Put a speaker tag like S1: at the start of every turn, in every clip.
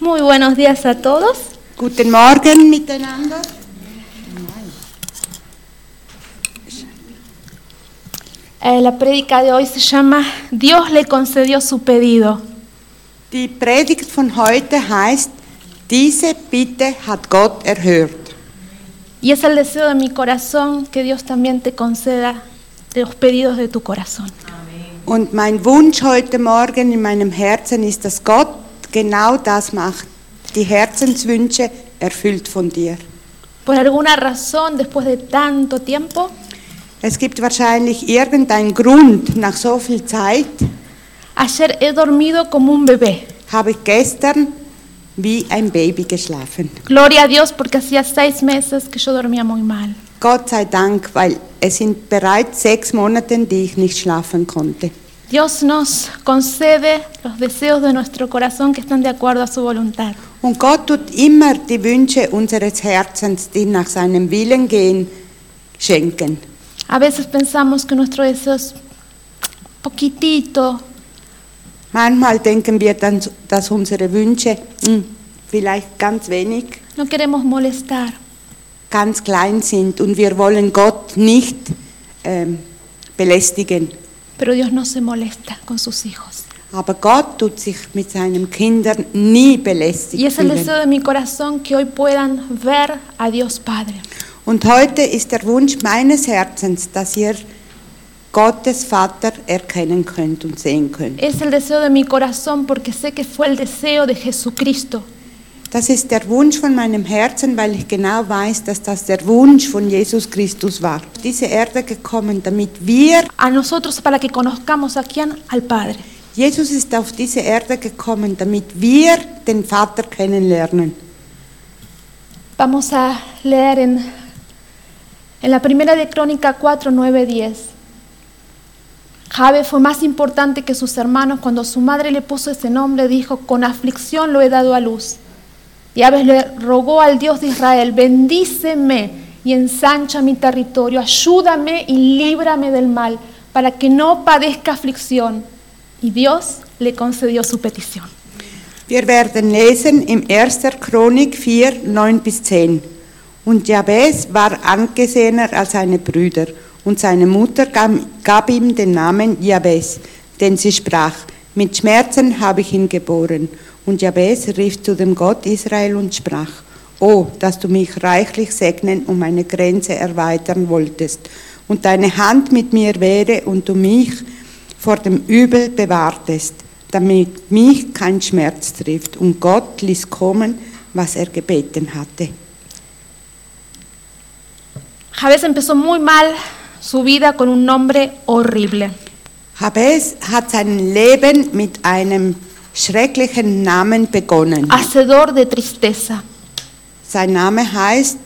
S1: Muy buenos días a todos.
S2: Guten Morgen miteinander.
S1: Eh, la prédica de hoy se llama Dios le concedió su pedido.
S2: Die Predigt von heute heißt, diese Bitte hat Gott erhört.
S1: Y es el deseo de mi corazón que Dios también te conceda los pedidos de tu corazón.
S2: Und mein Wunsch heute Morgen in meinem Herzen ist, dass Gott genau das macht, die Herzenswünsche erfüllt von dir.
S1: Por alguna razón, después de tanto tiempo,
S2: Es gibt wahrscheinlich irgendeinen Grund, nach so viel Zeit
S1: ayer he dormido como un bebé.
S2: habe ich gestern wie ein Baby geschlafen.
S1: Gloria a Dios porque hacía seis meses que yo dormía muy mal.
S2: Gott sei Dank, weil es sind bereits sechs Monate, die ich nicht schlafen konnte.
S1: Dios nos concede los deseos de nuestro corazón que están de acuerdo a su voluntad.
S2: Und Gott tut immer die Wünsche unseres Herzens, die nach seinem Willen gehen, schenken.
S1: A veces pensamos que nuestro deseo es poquitito,
S2: Manchmal denken wir dann, dass unsere Wünsche hm, vielleicht ganz wenig,
S1: no queremos molestar,
S2: ganz klein sind und wir wollen Gott nicht ähm, belästigen.
S1: pero Dios no se molesta con sus hijos.
S2: Aber Gott tut sich mit seinen Kindern nie belästigen.
S1: Y es el deseo de mi corazón que hoy puedan ver a Dios Padre.
S2: Und heute ist der Wunsch meines Herzens, dass ihr Gottes Vater erkennen könnt und sehen könnt.
S1: Es el deseo de mi corazón porque sé que fue el deseo de Jesucristo.
S2: Das ist der Wunsch von meinem Herzen, weil ich genau weiß, dass das der Wunsch von Jesus Christus war. Auf diese Erde gekommen, damit wir,
S1: A nosotros para que conozcamos a quién, al Padre.
S2: Jesus ist auf diese Erde gekommen, damit wir den Vater kennenlernen.
S1: Vamos a leer en, en la primera de Crónica 4, 9, 10. Jabe fue más importante que sus hermanos cuando su madre le puso ese nombre, dijo, con aflicción lo he dado a luz. Y Abes le rogó al Dios de Israel, bendíceme y ensancha mi territorio, ayúdame y líbrame del mal, para que no padezca aflicción. Y Dios le concedió su petición.
S2: Wir werden lesen im 1. Chronik 4, 9 bis 10. Und Jabez war angesehener als seine Brüder, und seine Mutter gab, gab ihm den Namen Jabez, denn sie sprach, mit Schmerzen habe ich ihn geboren. Und Jabez rief zu dem Gott Israel und sprach, O, dass du mich reichlich segnen und meine Grenze erweitern wolltest, und deine Hand mit mir wäre und du mich vor dem Übel bewahrtest, damit mich kein Schmerz trifft. Und Gott ließ kommen, was er gebeten hatte.
S1: Jabes empezó muy mal su vida con un nombre horrible.
S2: Jabez hat sein Leben mit einem schrecklichen Namen begonnen.
S1: hacedor de tristeza.
S2: Sein Name heißt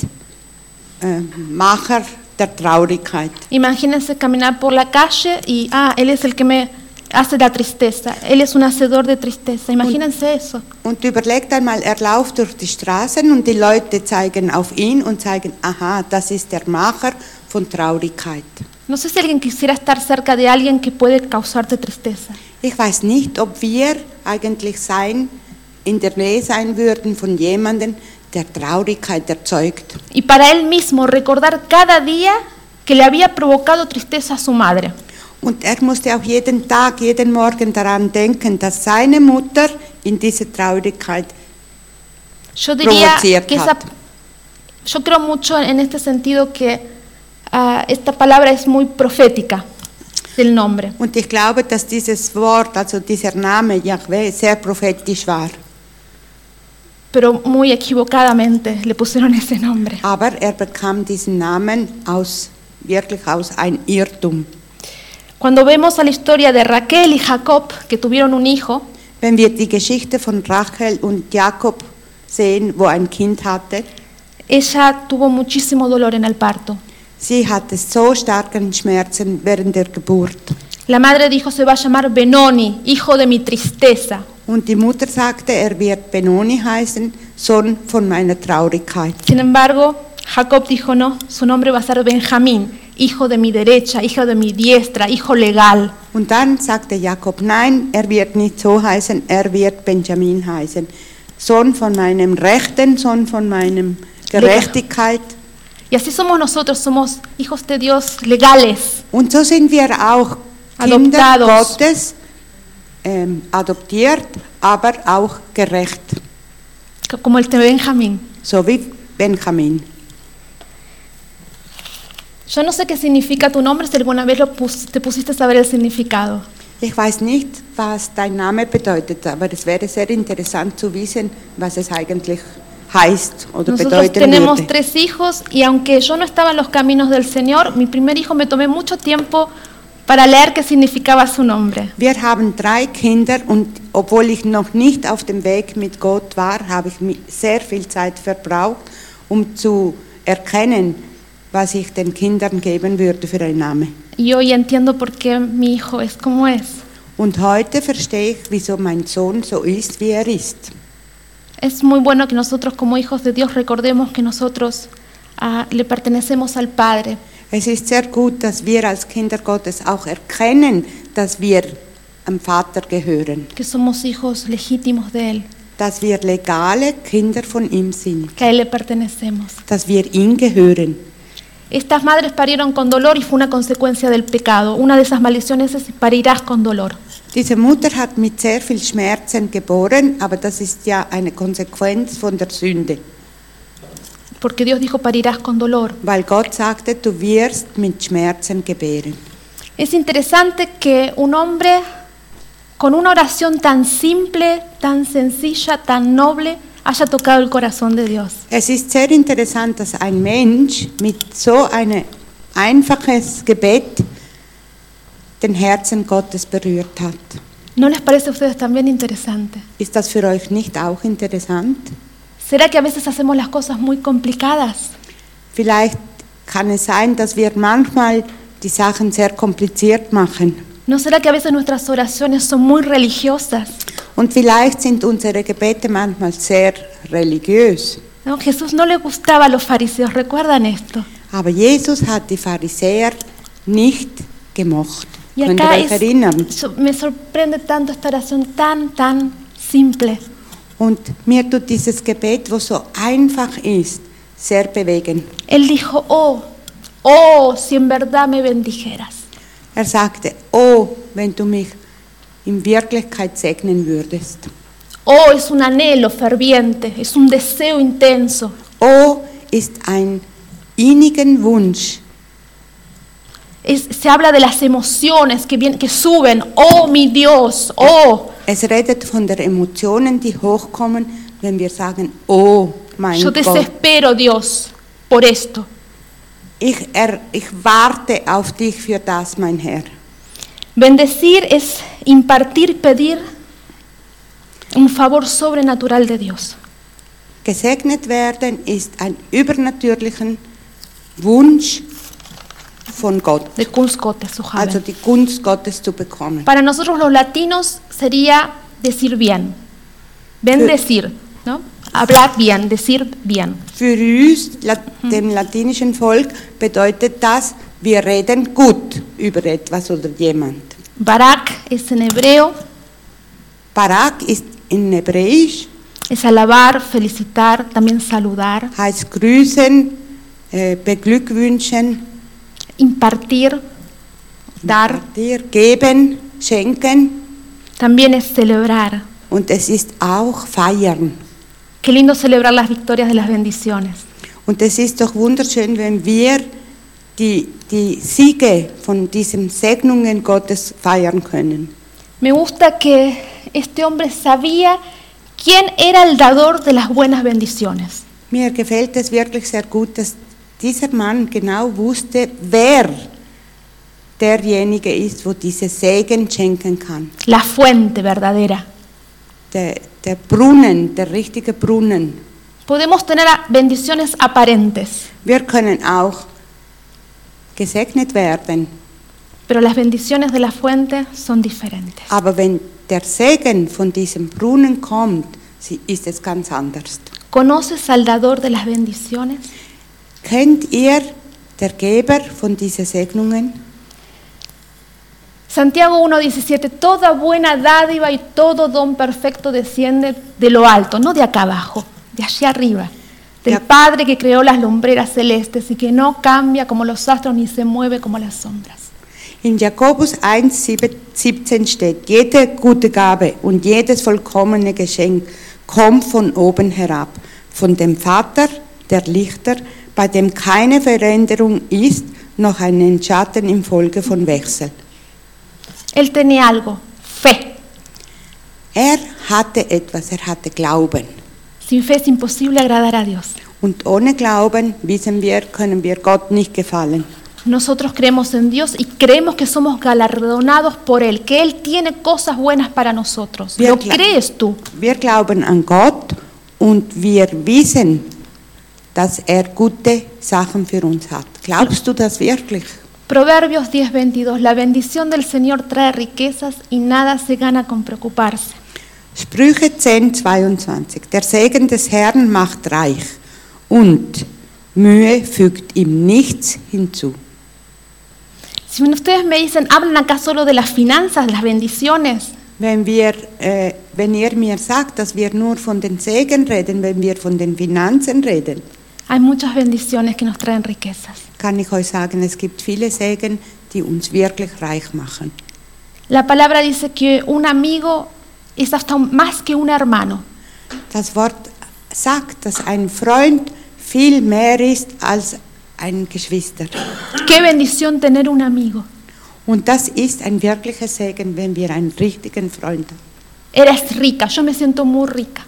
S2: äh, Macher der Traurigkeit.
S1: Imagínense caminar por la calle y, ah, él es el que me hace la tristeza, él es un hacedor de tristeza, imagínense eso.
S2: Und überlegt einmal, er läuft durch die Straßen und die Leute zeigen auf ihn und zeigen, aha, das ist der Macher von Traurigkeit.
S1: No sé si alguien quisiera estar cerca de alguien que puede causarte tristeza.
S2: Ich weiß nicht, ob wir eigentlich sein, in der Nähe sein würden von jemandem, der Traurigkeit erzeugt.
S1: Y para él mismo recordar cada día que le había provocado tristeza a su madre.
S2: Und er musste auch jeden Tag, jeden Morgen daran denken, dass seine Mutter in diese Traurigkeit,
S1: Yo diría
S2: Provocar.
S1: que esa, yo creo mucho en este sentido que ah, esta palabra es muy profética del nombre.
S2: und ich glaube, dass dieses Wort, also dieser Name Yahweh, sehr prophetisch war.
S1: pero muy equivocadamente le pusieron ese nombre.
S2: Aber er bekam diesen Namen aus, wirklich aus ein Irrtum.
S1: Cuando vemos a la historia de Raquel y Jacob, que tuvieron un hijo,
S2: Wenn wir die Geschichte von Rachel und Jakob sehen, wo ein Kind hatte,
S1: ella tuvo muchísimo dolor en el parto.
S2: Sie hatte so starken Schmerzen während der Geburt.
S1: La madre dijo, se va a llamar Benoni, hijo de mi tristeza.
S2: Und die Mutter sagte, er wird Benoni heißen, Sohn von meiner Traurigkeit.
S1: Sin embargo, Jacob dijo, no, su nombre va a ser Benjamín, hijo de mi derecha, hijo de mi diestra, hijo legal.
S2: Und dann sagte Jakob, nein, er wird nicht so heißen, er wird Benjamin heißen, Sohn von meinem Rechten, Sohn von meinem Gerechtigkeit.
S1: Y así somos nosotros, somos hijos de Dios legales.
S2: Und so sind wir auch Kinder
S1: Adoptados.
S2: Gottes, ähm, adoptiert, aber auch gerecht,
S1: como el de Benjamín.
S2: so wie Benjamin.
S1: Yo no sé qué significa tu nombre si alguna vez lo pus- te pusiste a saber el significado.
S2: Ich weiß nicht, was dein Name bedeutet, aber es wäre sehr interessant zu wissen, was es eigentlich heißt oder
S1: Nosotros
S2: bedeuten
S1: tenemos
S2: würde.
S1: tres hijos y aunque yo no estaba en los caminos del Señor, mi primer hijo me tomé mucho tiempo para leer qué significaba su nombre.
S2: Wir haben drei Kinder und obwohl ich noch nicht auf dem Weg mit Gott war, habe ich mi- sehr viel Zeit verbraucht, um zu erkennen, was ich den Kindern geben würde für einen Namen.
S1: Y hoy entiendo por qué mi hijo es como es.
S2: Und heute verstehe ich, wieso mein Sohn so ist, wie er ist.
S1: Es muy bueno que nosotros como hijos de Dios recordemos que nosotros ah, le pertenecemos al Padre.
S2: Es ist sehr gut, dass wir als Kinder Gottes auch erkennen, dass wir am Vater gehören,
S1: que somos hijos legítimos de Él,
S2: dass wir legale Kinder von ihm sind,
S1: que a Él le pertenecemos.
S2: dass wir ihm gehören.
S1: Estas madres parieron con dolor y fue una consecuencia del pecado. Una de esas maldiciones es parirás con dolor.
S2: Diese Mutter hat mit sehr viel Schmerzen geboren, aber das ist ja eine Konsequenz von der Sünde,
S1: Porque Dios dijo parirás con dolor.
S2: weil Gott sagte, du wirst mit Schmerzen gebären.
S1: Es interesante que un hombre con una oración tan simple, tan sencilla, tan noble, haya tocado el corazón de Dios.
S2: Es ist sehr interessant, dass ein Mensch mit so einem einfaches Gebet den Herzen Gottes berührt hat.
S1: ¿No les parece a ustedes también interesante?
S2: Ist das für euch nicht auch interessant?
S1: ¿Será que a veces hacemos las cosas muy complicadas?
S2: Vielleicht kann es sein, dass wir manchmal die Sachen sehr kompliziert machen.
S1: ¿No será que a veces nuestras oraciones son muy religiosas?
S2: Und vielleicht sind unsere Gebete manchmal sehr religiös.
S1: No, Jesús no le gustaba a los fariseos, recuerdan esto.
S2: Aber Jesus hat die Pharisäer nicht gemocht.
S1: Y
S2: Könnt ihr
S1: acá
S2: euch
S1: es-
S2: erinnern?
S1: so- me sorprende tanto esta oración tan, tan simple.
S2: Und mir tut dieses Gebet, wo so einfach ist, sehr bewegen.
S1: Él dijo, oh, oh, si en verdad me bendijeras.
S2: Er sagte, oh, wenn du mich in Wirklichkeit segnen würdest.
S1: Oh es un anhelo ferviente, es un deseo intenso.
S2: Oh ist ein innigen Wunsch.
S1: Es- se habla de las emociones que, vien- que suben. Oh, mi Dios, oh.
S2: Es redet von der Emotionen, die hochkommen, wenn wir sagen, oh, mein
S1: Yo
S2: Gott.
S1: desespero, Dios, por esto.
S2: Ich, er, ich warte auf dich für das, mein Herr.
S1: Bendecir es impartir, pedir un favor sobrenatural de Dios.
S2: Gesegnet werden ist ein übernatürlichen Wunsch von Gott,
S1: de Kunstkote, su joven.
S2: also die Gunst Gottes zu bekommen.
S1: Para nosotros los latinos sería decir bien, bendecir, ¿no? hablar bien, decir bien.
S2: Für uns, La- dem latinischen Volk, bedeutet das, wir reden gut über etwas oder jemand.
S1: Barak es en hebreo,
S2: Barak ist in Hebräisch,
S1: es alabar, felicitar, también saludar,
S2: heißt grüßen, äh, beglückwünschen,
S1: impartir, dar,
S2: dir geben, schenken
S1: también es celebrar.
S2: und es ist auch feiern.
S1: Qué lindo celebrar las victorias de las bendiciones.
S2: Und es ist doch wunderschön, wenn wir die, die Siege von diesen Segnungen Gottes feiern können.
S1: Me gusta que este hombre sabía quién era el dador de las buenas bendiciones.
S2: Mir gefällt es wirklich sehr gut, dass dieser Mann genau wusste, wer derjenige ist, wo diese Segen schenken kann.
S1: La fuente verdadera.
S2: Der, der Brunnen, der richtige Brunnen.
S1: Podemos tener a- bendiciones aparentes,
S2: Wir können auch gesegnet werden,
S1: pero las bendiciones de la fuente son diferentes.
S2: aber wenn der Segen von diesem Brunnen kommt, sie- ist es ganz anders.
S1: ¿Conoces al dador de las bendiciones?
S2: Kennt ihr der Geber von diesen Segnungen?
S1: Santiago 1.17, toda buena dádiva y todo don perfecto desciende de lo alto, no de acá abajo, de allá arriba, del
S2: Ya.
S1: Padre que creó las lumbreras celestes y que no cambia como los astros ni se mueve como las sombras.
S2: In Jakobus 1, 17 steht, jede gute Gabe und jedes vollkommene Geschenk kommt von oben herab, von dem Vater der Lichter, bei dem keine Veränderung ist, noch einen Schatten im Folge von Wechsel.
S1: Él tenía algo, fe.
S2: Er hatte etwas, er hatte Glauben.
S1: Sin fe es imposible agradar a Dios.
S2: Und ohne Glauben, wissen wir, können wir Gott nicht gefallen.
S1: Nosotros creemos en Dios y creemos que somos galardonados por Él, que Él tiene cosas buenas para nosotros.
S2: Bien
S1: ¿Lo
S2: claro.
S1: crees tú?
S2: Wir glauben an Gott und wir wissen, dass er gute Sachen für uns hat. Glaubst du das wirklich?
S1: Proverbios 10:22, la bendición del Señor trae riquezas y nada se gana con preocuparse.
S2: Sprüche 10, 22. Der Segen des Herrn macht reich und Mühe fügt ihm nichts hinzu.
S1: Si ustedes me dicen, hablan acá solo de las finanzas, las bendiciones,
S2: Wenn, wir, äh, wenn ihr mir sagt, dass wir nur von den Segen reden, wenn wir von den Finanzen reden,
S1: hay muchas bendiciones que nos traen riquezas.
S2: kann ich euch sagen, es gibt viele Segen, die uns wirklich reich machen.
S1: La palabra dice que un amigo es hasta un- más que un hermano.
S2: Das Wort sagt, dass ein Freund viel mehr ist als ein Geschwister.
S1: Qué bendición tener un amigo.
S2: Und das ist ein wirklicher Segen, wenn wir einen richtigen Freund haben.
S1: Eres rica, yo me siento muy rica.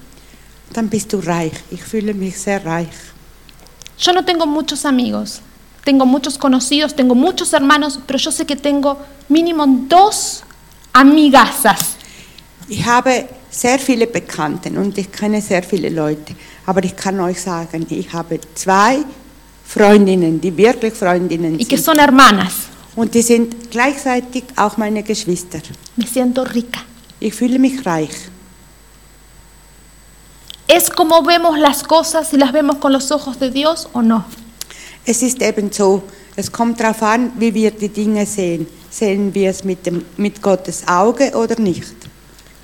S2: Dann bist du reich. Ich fühle mich sehr reich.
S1: Yo no tengo muchos amigos, tengo muchos conocidos, tengo muchos hermanos, pero yo sé que tengo mínimo dos amigazas.
S2: Ich habe sehr viele Bekannten und ich kenne sehr viele Leute. Aber ich kann euch sagen, ich habe zwei Freundinnen, die wirklich Freundinnen
S1: y que
S2: sind.
S1: son hermanas.
S2: Und die sind gleichzeitig auch meine Geschwister.
S1: Me siento rica.
S2: Ich fühle mich reich.
S1: ¿Es como vemos las cosas, si las vemos con los ojos de Dios o no?
S2: Es ist eben so, es kommt darauf an, wie wir die Dinge sehen. Sehen wir es mit, dem, mit Gottes Auge oder nicht?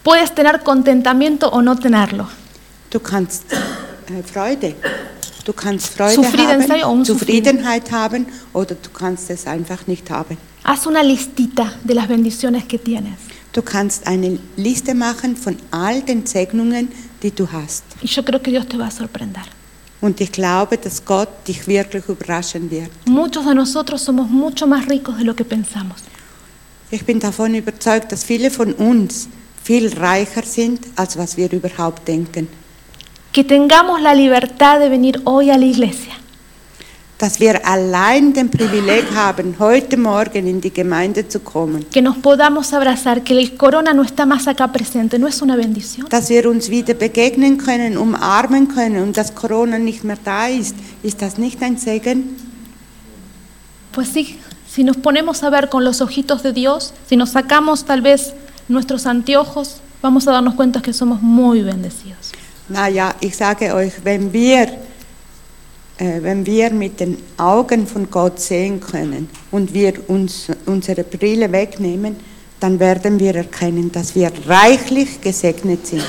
S1: Puedes tener contentamiento o no tenerlo.
S2: Du kannst äh, Freude, du kannst Freude
S1: Zufrieden sein,
S2: haben,
S1: unzufrieden.
S2: Zufriedenheit haben oder du kannst es einfach nicht haben.
S1: Haz una listita de las bendiciones que tienes.
S2: Du kannst eine Liste machen von all den Segnungen, die du hast.
S1: Y yo creo que Dios te va a sorprender.
S2: Und ich glaube, dass Gott dich wirklich überraschen wird.
S1: Muchos de nosotros somos mucho más ricos de lo que pensamos.
S2: Ich bin davon überzeugt, dass viele von uns viel reicher sind, als was wir überhaupt denken.
S1: Que tengamos la libertad de venir hoy a la iglesia.
S2: dass wir allein den Privileg haben, heute Morgen in die Gemeinde zu kommen,
S1: Que nos podamos abrazar, que el corona no está más acá presente. ¿No es una bendición?
S2: dass wir uns wieder begegnen können, umarmen können und dass Corona nicht mehr da ist. Ist das nicht ein Segen?
S1: Pues sí, si nos ponemos a ver con los ojitos de Dios, si nos sacamos tal vez nuestros anteojos, vamos a darnos cuenta que somos muy bendecidos.
S2: Naja, ich sage euch, wenn wir, äh, wenn wir mit den Augen von Gott sehen können und wir uns unsere Brille wegnehmen, dann werden wir erkennen, dass wir reichlich gesegnet sind.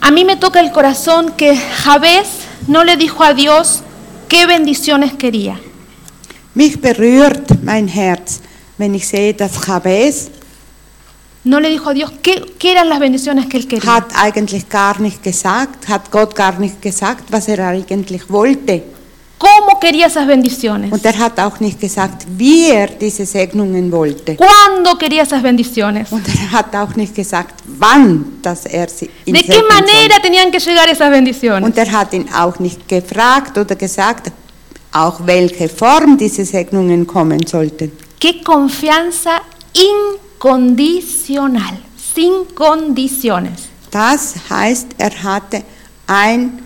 S1: A mí me toca el corazón que Jabez no le dijo a Dios qué bendiciones quería.
S2: Mich berührt mein Herz, wenn ich sehe, dass Jabez
S1: No le dijo a Dios qué, qué eran las bendiciones que él quería.
S2: hat eigentlich gar nicht gesagt, hat Gott gar nicht gesagt, was er eigentlich wollte.
S1: ¿Cómo quería esas bendiciones?
S2: Und er hat auch nicht gesagt, wie er diese Segnungen wollte.
S1: ¿Cuándo quería esas bendiciones?
S2: Und er hat auch nicht gesagt, wann, dass er sie ihn
S1: ¿De qué
S2: segnen
S1: manera tenían que llegar esas
S2: soll.
S1: bendiciones?
S2: Und er hat ihn auch nicht gefragt oder gesagt, auch welche Form diese Segnungen kommen sollten.
S1: Qué confianza incondicional, sin condiciones.
S2: Das heißt, er hatte ein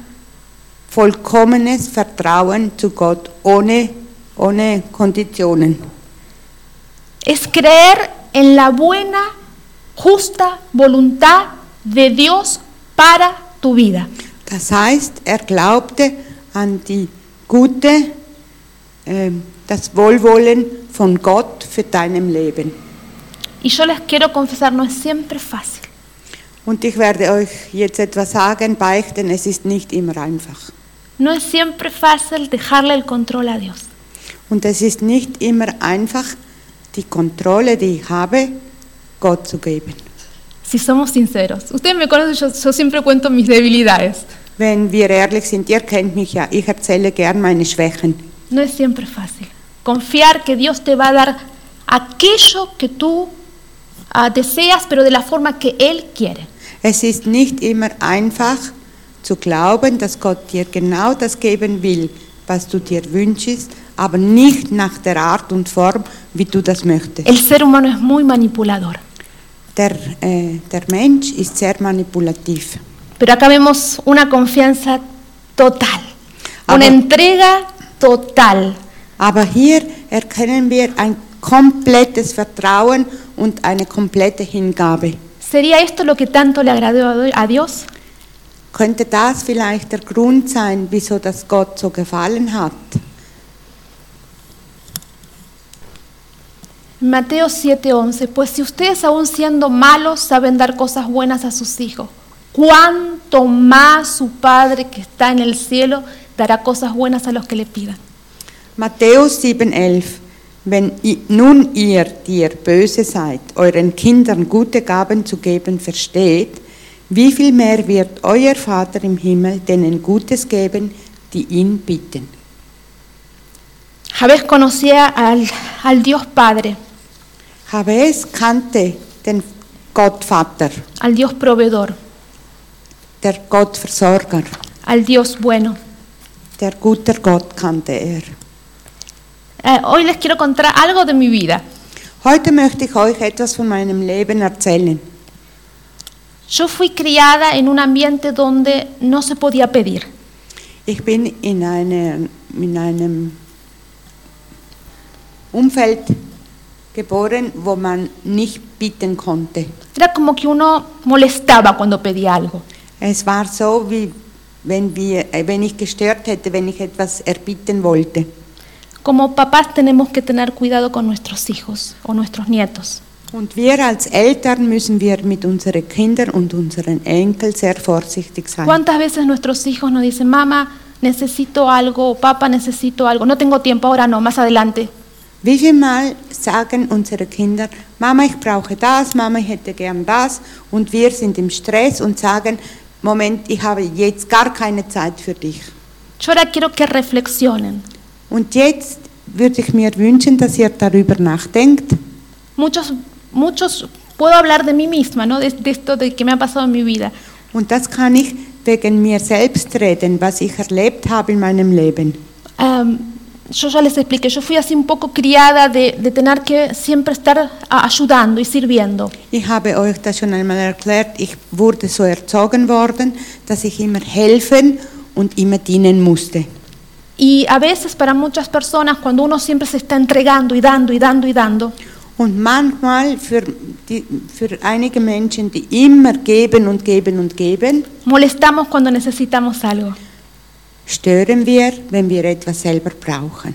S2: vollkommenes Vertrauen zu Gott ohne, ohne Konditionen.
S1: Es creer en la buena, justa voluntad de Dios para tu vida.
S2: Das heißt, er glaubte an die gute, ähm, das Wohlwollen von Gott für deinem Leben.
S1: Y yo les quiero confesar, no es siempre fácil.
S2: Und ich werde euch jetzt etwas sagen, beichten, es ist nicht immer einfach.
S1: No es siempre fácil dejarle el control a Dios.
S2: Und es ist nicht immer einfach, die Kontrolle, die ich habe, Gott zu geben.
S1: Si somos sinceros, ustedes me conocen, yo, yo siempre cuento mis debilidades.
S2: Wenn wir ehrlich sind, ihr kennt mich ja, ich erzähle gern meine Schwächen.
S1: No es siempre fácil. Confiar que Dios te va a dar aquello que tú ah, deseas, pero de la forma que Él quiere.
S2: Es ist nicht immer einfach zu glauben, dass Gott dir genau das geben will, was du dir wünschst, aber nicht nach der Art und Form, wie du das möchtest.
S1: El ser humano es muy manipulador.
S2: Der, äh, der Mensch ist sehr manipulativ.
S1: Pero acá vemos una confianza total, una
S2: Amén.
S1: entrega total.
S2: Aber hier erkennen wir ein komplettes Vertrauen und eine komplette Hingabe.
S1: ¿Sería esto lo que tanto le agradó a- a Dios?
S2: Könnte das vielleicht der Grund sein, wieso das Gott so gefallen hat?
S1: Mateo 7:11, pues si ustedes aún siendo malos saben dar cosas buenas a sus hijos, ¿cuánto más su Padre que está en el cielo dará cosas buenas a los que le pidan?
S2: Matthäus 7,11 Wenn i- nun ihr, die ihr böse seid, euren Kindern gute Gaben zu geben versteht, wie viel mehr wird euer Vater im Himmel denen Gutes geben, die ihn bitten?
S1: Jabez conocía al, al Dios Padre,
S2: Jabez kannte den Gottvater,
S1: al Dios proveedor,
S2: der Gottversorger,
S1: al Dios bueno.
S2: der guter Gott kannte er.
S1: Eh, hoy les quiero contar algo de mi vida.
S2: Heute möchte ich euch etwas von meinem Leben erzählen.
S1: Yo fui criada en un ambiente donde no se podía pedir.
S2: Ich bin in, eine, in einem Umfeld geboren, wo man nicht bitten konnte.
S1: Era como que uno molestaba cuando pedía algo.
S2: Es war so, wie wenn, wir, äh, wenn ich gestört hätte, wenn ich etwas erbitten wollte.
S1: Como papás tenemos que tener cuidado con nuestros hijos o nuestros nietos.
S2: Und wir als Eltern müssen wir mit unseren Kindern und unseren Enkeln sehr vorsichtig sein.
S1: ¿Cuántas veces nuestros hijos nos dicen, mamá, necesito algo, o papá, necesito algo, no tengo tiempo, ahora no, más adelante?
S2: Wie viel Mal sagen unsere Kinder, Mama, ich brauche das, Mama, ich hätte gern das, und wir sind im Stress und sagen, Moment, ich habe jetzt gar keine Zeit für dich.
S1: Yo ahora quiero que reflexionen.
S2: Und jetzt würde ich mir wünschen, dass ihr darüber nachdenkt.
S1: Muchos, muchos, puedo hablar de mí misma, ¿no? de, de esto de que me ha pasado en mi vida.
S2: Und das kann ich wegen mir selbst reden, was ich erlebt habe in meinem Leben.
S1: Am, Em, yo ya les expliqué, yo fui así un poco criada de, de tener que siempre estar a- ayudando y sirviendo.
S2: Ich habe euch das schon einmal erklärt. Ich wurde so erzogen worden, dass ich immer helfen und immer dienen musste.
S1: Y a veces para muchas personas, cuando uno siempre se está entregando y dando y dando y dando,
S2: Und manchmal für, die, für einige Menschen, die immer geben und geben und geben,
S1: molestamos cuando necesitamos algo.
S2: stören wir, wenn wir etwas selber brauchen.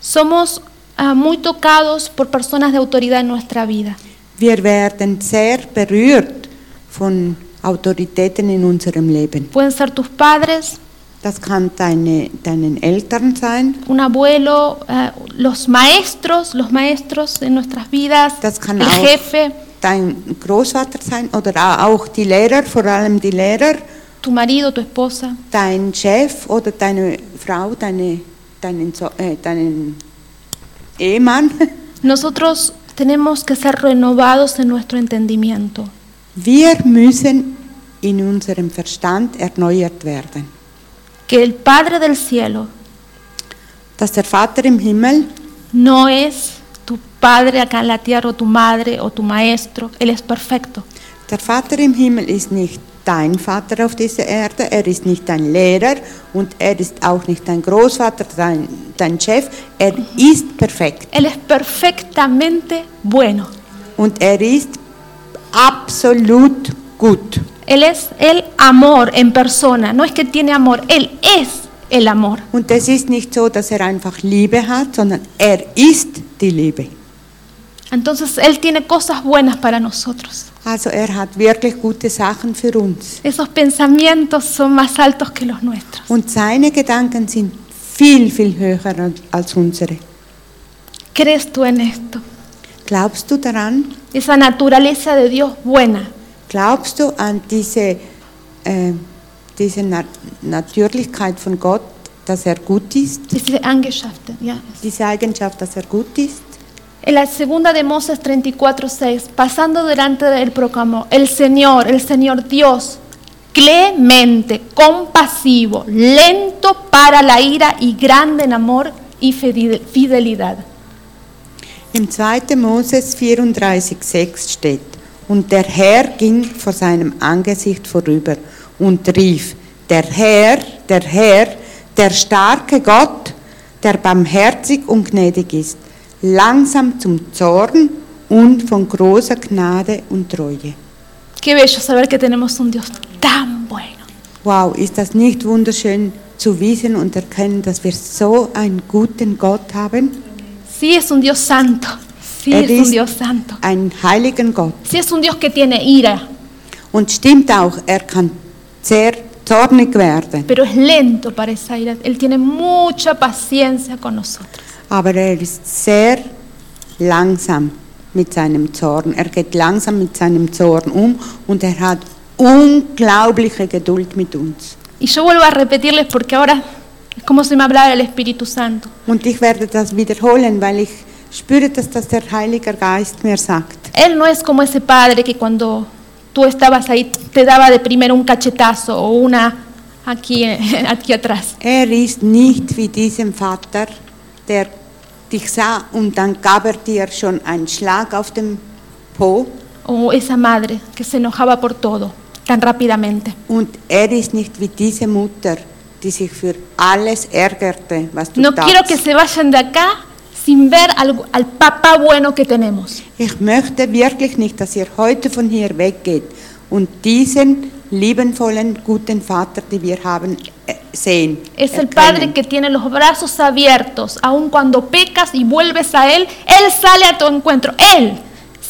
S1: Somos ah, muy tocados por personas de autoridad en nuestra vida.
S2: Wir werden sehr berührt von Autoritäten in unserem Leben.
S1: Pueden ser tus padres,
S2: Das kann deine, deinen Eltern sein,
S1: un abuelo, ah, los maestros, los maestros en nuestras vidas,
S2: Das kann
S1: el
S2: auch-
S1: jefe,
S2: dein Großvater sein oder auch die Lehrer, vor allem die Lehrer,
S1: tu marido, tu esposa.
S2: dein Chef oder deine Frau, deine, deinen, so äh, deinen Ehemann.
S1: Nosotros tenemos que ser renovados en nuestro entendimiento.
S2: Wir müssen in unserem Verstand erneuert werden,
S1: Que el Padre del Cielo
S2: dass der Vater im Himmel
S1: no es tu Padre acá en la tierra o tu madre o tu maestro. Él es perfecto.
S2: Der Vater im Himmel ist nicht dein Vater auf dieser Erde, er ist nicht dein Lehrer und er ist auch nicht dein Großvater, dein, dein Chef. Er ist perfekt
S1: Él es perfectamente bueno.
S2: und er ist absolut gut.
S1: Él es el amor en persona. No es que tiene amor, Él es el amor.
S2: Und es ist nicht so, dass er einfach Liebe hat, sondern er ist die Liebe.
S1: Entonces Él tiene cosas buenas para nosotros.
S2: Also er hat wirklich gute Sachen für uns.
S1: Esos pensamientos son más altos que los nuestros.
S2: Und seine Gedanken sind viel, viel höher als unsere.
S1: ¿Crees tú en esto?
S2: Glaubst du daran?
S1: Esa naturaleza de Dios buena.
S2: Glaubst du an diese, äh, diese Na Natürlichkeit von Gott, dass er gut ist?
S1: Dice Angeschaft. ya.
S2: Diese Eigenschaft, dass er gut ist?
S1: En la segunda de Moses 34:6, pasando delante de él proclamó, el Señor, el Señor Dios, clemente, compasivo, lento para la ira y grande en amor y fide- fidelidad.
S2: Im 2. Moses 34,6 steht: Und der Herr ging vor seinem Angesicht vorüber und rief: Der Herr, der Herr, der starke Gott, der barmherzig und gnädig ist, langsam zum Zorn und von großer Gnade und Treue.
S1: Qué bello saber que tenemos un Dios tan bueno.
S2: Wow, ist das nicht wunderschön zu wissen und erkennen, dass wir so einen guten Gott haben?
S1: Sí es un Dios santo, sí
S2: Er
S1: es un
S2: ist
S1: Dios santo.
S2: einen heiligen Gott.
S1: Sí es un Dios que tiene ira,
S2: Und stimmt auch, er kann sehr zornig werden,
S1: pero es lento para esa ira. Él tiene mucha paciencia con nosotros.
S2: aber er ist sehr langsam mit seinem Zorn. Er geht langsam mit seinem Zorn um und er hat unglaubliche Geduld mit uns.
S1: Y yo vuelvo a repetirles porque ahora es como si me hablara el Espíritu Santo.
S2: Und ich werde das wiederholen, weil ich spüre, dass das der Heilige Geist mir sagt.
S1: Él no es como ese padre que cuando tú estabas ahí te daba de primero un cachetazo o una aquí, aquí atrás.
S2: Er ist nicht wie diesem Vater, der dich sah und dann gab er dir schon einen Schlag auf den Po.
S1: O esa madre que se enojaba por todo tan rápidamente.
S2: Und er ist nicht wie diese Mutter, die sich für alles ärgerte, was du
S1: No
S2: tatst.
S1: quiero que se vayan de acá sin ver al, al papá bueno que tenemos.
S2: Ich möchte wirklich nicht, dass ihr heute von hier weggeht und diesen liebenvollen, guten Vater, den wir haben, äh, sehen.
S1: Es el
S2: erkennen.
S1: Padre que tiene los brazos abiertos, aun cuando pecas y vuelves a Él, Él sale a tu encuentro, Él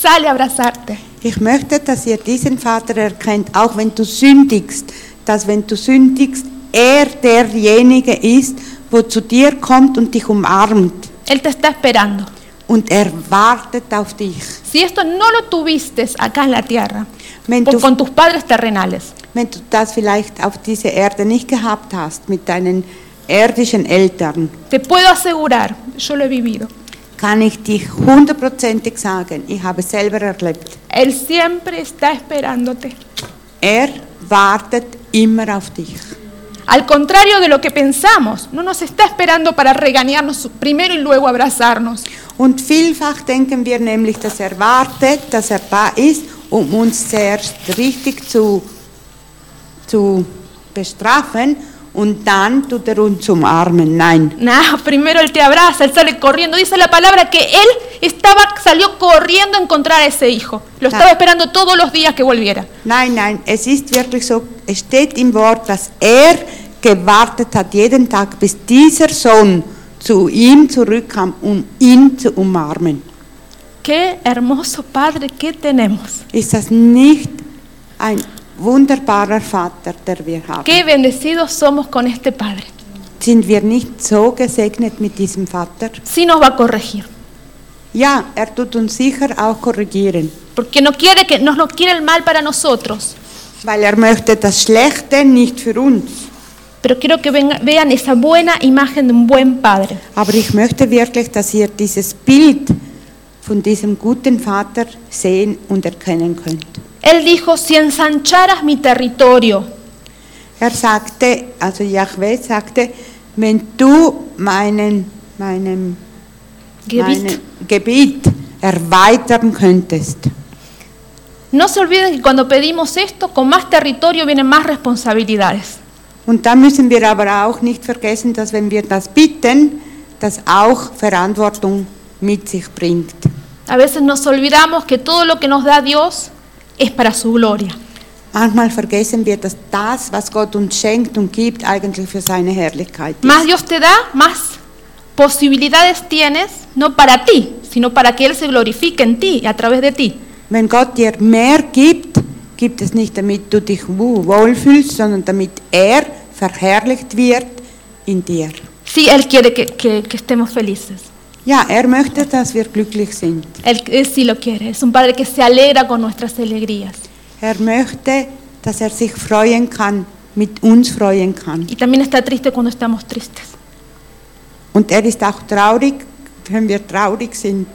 S1: sale a abrazarte.
S2: Ich möchte, dass ihr diesen Vater erkennt, auch wenn du sündigst, dass wenn du sündigst, er derjenige ist, wo zu dir kommt und dich umarmt.
S1: Él te está esperando.
S2: Und er wartet auf dich.
S1: Si esto no lo tuviste acá en la tierra,
S2: Wenn
S1: o
S2: du
S1: con tus padres terrenales,
S2: wenn du das vielleicht auf dieser Erde nicht gehabt hast mit deinen irdischen Eltern,
S1: te puedo asegurar, yo lo he vivido,
S2: kann ich dich hundertprozentig sagen, ich habe es selber erlebt.
S1: Él siempre está esperándote.
S2: Er wartet immer auf dich.
S1: Al contrario de lo que pensamos, no nos está esperando para regañarnos primero y luego abrazarnos.
S2: Und vielfach denken wir nämlich, dass er wartet, dass er da ist, um uns zuerst richtig zu, zu bestrafen und dann tut er uns umarmen. Nein.
S1: No, primero Él te abraza, Él sale corriendo. Dice la palabra que Él estaba, salió corriendo a encontrar a ese hijo. Lo estaba
S2: Ah.
S1: esperando todos los días que volviera.
S2: Nein, nein, es ist wirklich so, es steht im Wort, dass er gewartet hat jeden Tag, bis dieser Sohn zu ihm zurückkam, um ihn zu umarmen.
S1: Qué hermoso Padre que tenemos.
S2: Ist das nicht ein wunderbarer Vater, der wir haben?
S1: Qué bendecidos somos con este Padre.
S2: Sind wir nicht so gesegnet mit diesem Vater?
S1: Sí nos va a corregir,
S2: Ja, er tut uns sicher auch korrigieren,
S1: porque no quiere que nos no quiere el mal para nosotros.
S2: weil er möchte das Schlechte nicht für uns.
S1: Pero quiero que venga- vean esa buena imagen de un buen Padre.
S2: Aber ich möchte wirklich, dass ihr dieses Bild von diesem guten Vater sehen und erkennen könnt.
S1: Él dijo, si ensancharas mi territorio,
S2: Er sagte, also Yahweh sagte, wenn du meinen, meinem
S1: Gebiet.
S2: Meinen Gebiet erweitern könntest.
S1: No se olviden que cuando pedimos esto, con más territorio vienen más responsabilidades.
S2: Und da müssen wir aber auch nicht vergessen, dass wenn wir das bitten, das auch Verantwortung mit sich bringt.
S1: A veces nos olvidamos que todo lo que nos da Dios es para su gloria.
S2: Manchmal vergessen wir, dass das, was Gott uns schenkt und gibt, eigentlich für seine Herrlichkeit ist.
S1: Más Dios te da, más posibilidades tienes, no para ti, sino para que Él se glorifique en ti y a través de ti.
S2: Wenn Gott dir mehr gibt, gibt es nicht, damit du dich wo- wohlfühlst, sondern damit er verherrlicht wird in dir.
S1: Sí, Él quiere que, que- que estemos felices.
S2: Ja, er möchte, dass wir glücklich sind.
S1: Él, él sí lo quiere. Es un Padre que se alegra con nuestras alegrías.
S2: Er möchte, dass er sich freuen kann, mit uns freuen kann.
S1: Y también está triste cuando estamos tristes.
S2: Und er ist auch traurig, wenn wir traurig sind.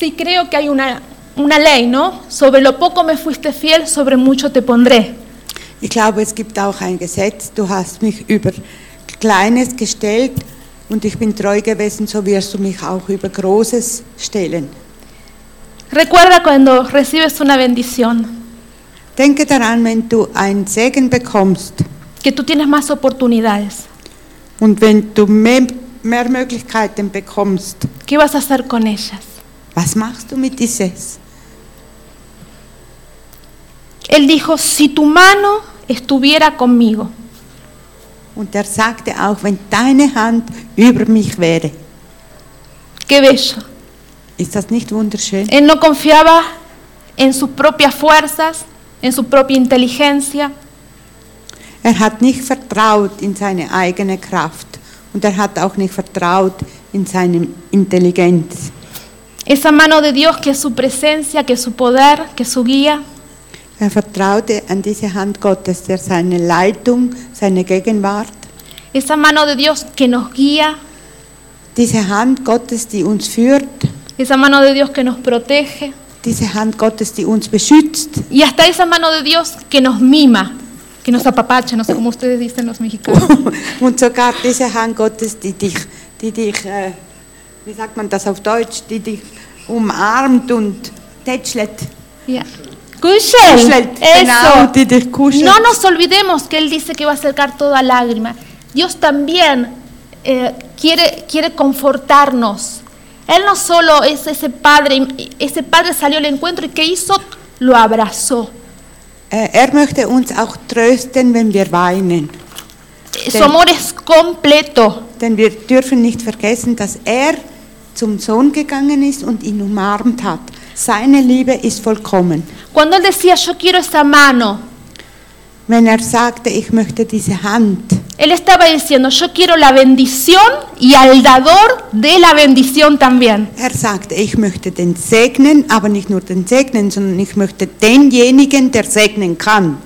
S1: Sí, creo que hay una, una ley, ¿no? Sobre lo poco me fuiste fiel, sobre mucho te pondré.
S2: Ich glaube, es gibt auch ein Gesetz, du hast mich über Kleines gestellt und ich bin treu gewesen, so wirst du mich auch über Großes stellen.
S1: Recuerda cuando recibes una bendición,
S2: Denke daran, wenn du einen Segen bekommst
S1: que tú tienes más oportunidades.
S2: und wenn du mehr, mehr Möglichkeiten bekommst,
S1: ¿Qué vas a hacer con ellas?
S2: was machst du mit dieses?
S1: Él dijo, si tu mano estuviera conmigo.
S2: Und er sagte auch, wenn deine Hand über mich wäre.
S1: Qué bello.
S2: Ist das nicht wunderschön?
S1: Él no confiaba en sus propias fuerzas, en su propia inteligencia.
S2: Er hat nicht vertraut in seine eigene Kraft und er hat auch nicht vertraut in seine Intelligenz.
S1: Esa mano de Dios que es su presencia, que es su poder, que es su guía.
S2: Er vertraute an diese Hand Gottes, der seine Leitung, seine Gegenwart,
S1: Esa mano de Dios que nos guía.
S2: diese Hand Gottes, die uns führt,
S1: Esa mano de Dios que nos protege.
S2: diese Hand Gottes, die uns beschützt
S1: Y hasta esa mano de Dios que nos mima, que nos apapacha, no sé cómo ustedes dicen los mexicanos.
S2: und sogar diese Hand Gottes, die dich, die dich äh, wie sagt man das auf Deutsch, die dich umarmt und tätschelt.
S1: Ya. Kushel.
S2: Kuschelt, genau,
S1: Eso.
S2: die dich kuschelt.
S1: No nos olvidemos que Él dice que va a acercar toda lágrima. Dios también eh, quiere, quiere confortarnos. Él no solo es ese padre, ese padre salió al encuentro y ¿qué hizo? Lo abrazó.
S2: Äh, Er möchte uns auch trösten, wenn wir weinen.
S1: Eh, Su
S2: Ten-
S1: amor es completo.
S2: Denn wir dürfen nicht vergessen, dass er zum Sohn gegangen ist und ihn umarmt hat. Seine Liebe ist vollkommen.
S1: Cuando Él decía, yo quiero esa mano,
S2: Wenn er sagte, ich möchte diese Hand,
S1: Él estaba diciendo, yo quiero la bendición y al dador de la bendición también.
S2: er sagte, ich möchte den segnen, aber nicht nur den segnen, sondern ich möchte denjenigen, der segnen kann.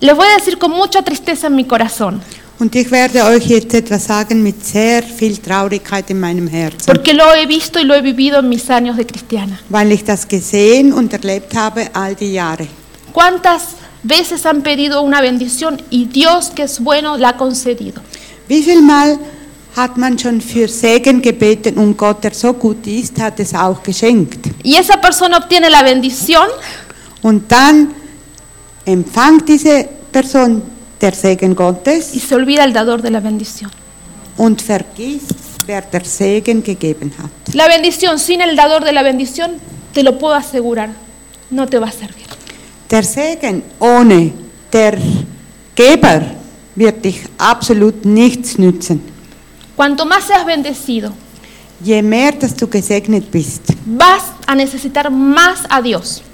S1: Les voy a decir con mucha tristeza en mi corazón,
S2: Und ich werde euch jetzt etwas sagen mit sehr viel Traurigkeit in meinem Herzen,
S1: porque lo he visto y lo he vivido en mis años de cristiana.
S2: weil ich das gesehen und erlebt habe all die Jahre.
S1: ¿Cuántas veces han pedido una bendición y Dios, que es bueno, la ha concedido?
S2: Wie viel Mal hat man schon für Segen gebeten und Gott, der so gut ist, hat es auch geschenkt.
S1: Y esa persona obtiene la bendición
S2: Und dann empfängt diese Person der Segen
S1: y
S2: Gottes
S1: se olvida el dador de la bendición.
S2: und vergisst, wer der Segen gegeben hat.
S1: La bendición sin el dador de la bendición, te lo puedo asegurar, no te va a servir.
S2: Der Segen ohne der Geber wird dich absolut nichts nützen.
S1: Cuanto más seas bendecido,
S2: Je mehr, dass du gesegnet bist,
S1: vas a necesitar más a Dios.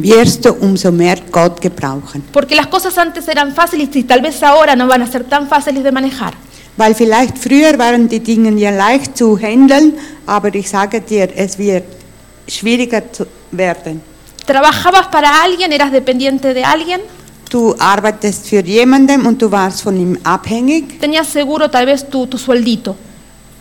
S2: wirst du umso mehr Gott gebrauchen.
S1: Porque las cosas antes eran fáciles y tal vez ahora no van a ser tan fáciles de manejar.
S2: Weil vielleicht früher waren die Dinge ja leicht zu handeln, aber ich sage dir, es wird schwieriger zu werden.
S1: Trabajabas para alguien, eras dependiente de alguien,
S2: Du arbeitest für jemanden und du warst von ihm abhängig.
S1: tenías seguro tal vez tu, tu sueldito,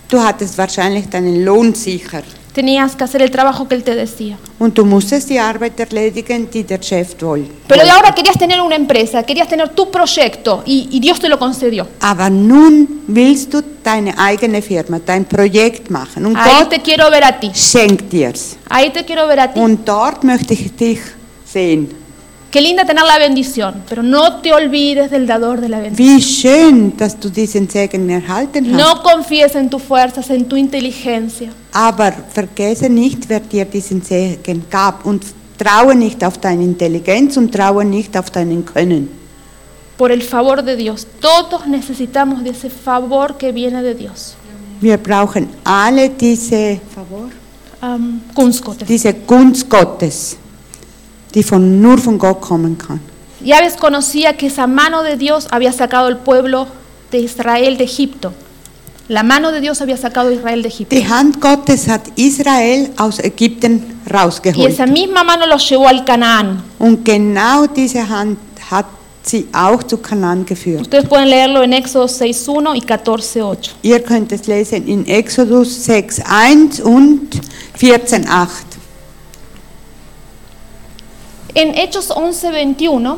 S2: Du hattest wahrscheinlich deinen Lohn sicher.
S1: tenías que hacer el trabajo que él te decía.
S2: Und du musstest die Arbeit erledigen, die der Chef wohl.
S1: Pero de ahora querías tener una empresa, querías tener tu proyecto y, y Dios te lo concedió.
S2: Aber nun willst du deine eigene Firma, dein Projekt machen. Und
S1: Ahí
S2: Gott
S1: te quiero ver a ti,
S2: schenkt dir's.
S1: ahí te quiero ver a ti.
S2: Und dort möchte ich dich sehen.
S1: Qué linda tener la bendición, pero no te olvides del dador de la bendición.
S2: Wie schön, dass du diesen Segen erhalten hast.
S1: No confíes en tus fuerzas, en tu inteligencia.
S2: Aber vergesse nicht, wer dir diesen Segen gab und traue nicht auf deine Intelligenz und traue nicht auf deinen Können.
S1: Por el favor de Dios, todos necesitamos de ese favor que viene de Dios.
S2: Wir brauchen alle diese,
S1: Am, Kunstgottes.
S2: diese Gunst Gottes, die von, nur von Gott kommen kann.
S1: Yahweh conocía que esa mano de Dios había sacado al pueblo de Israel de Egipto. La mano de Dios había sacado a Israel de Egipto.
S2: Die Hand Gottes hat Israel aus Ägypten
S1: Y
S2: rausgeholt.
S1: esa misma mano los llevó al Canaán.
S2: Und genau diese Hand hat sie auch zu Kanan geführt.
S1: Ustedes pueden leerlo en Éxodo 6.1 y 14.8.
S2: Ihr könnt es lesen in Exodus 6,1 und 14,8.
S1: En Hechos 11.21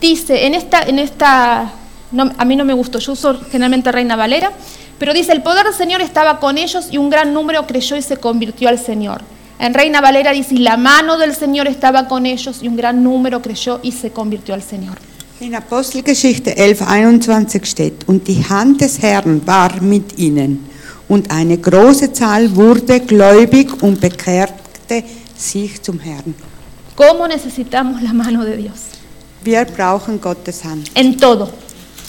S1: dice, en esta, en esta no, a mí no me gustó, yo uso generalmente Reina Valera, pero dice, el poder del Señor estaba con ellos y un gran número creyó y se convirtió al Señor. En Reina Valera dice, y la mano del Señor estaba con ellos y un gran número creyó y se convirtió al Señor.
S2: In Apostelgeschichte 11,21 steht: Und die Hand des Herrn war mit ihnen. Und eine große Zahl wurde gläubig und bekehrte sich zum Herrn.
S1: ¿Cómo necesitamos la mano de Dios?
S2: Wir brauchen Gottes Hand.
S1: En todo,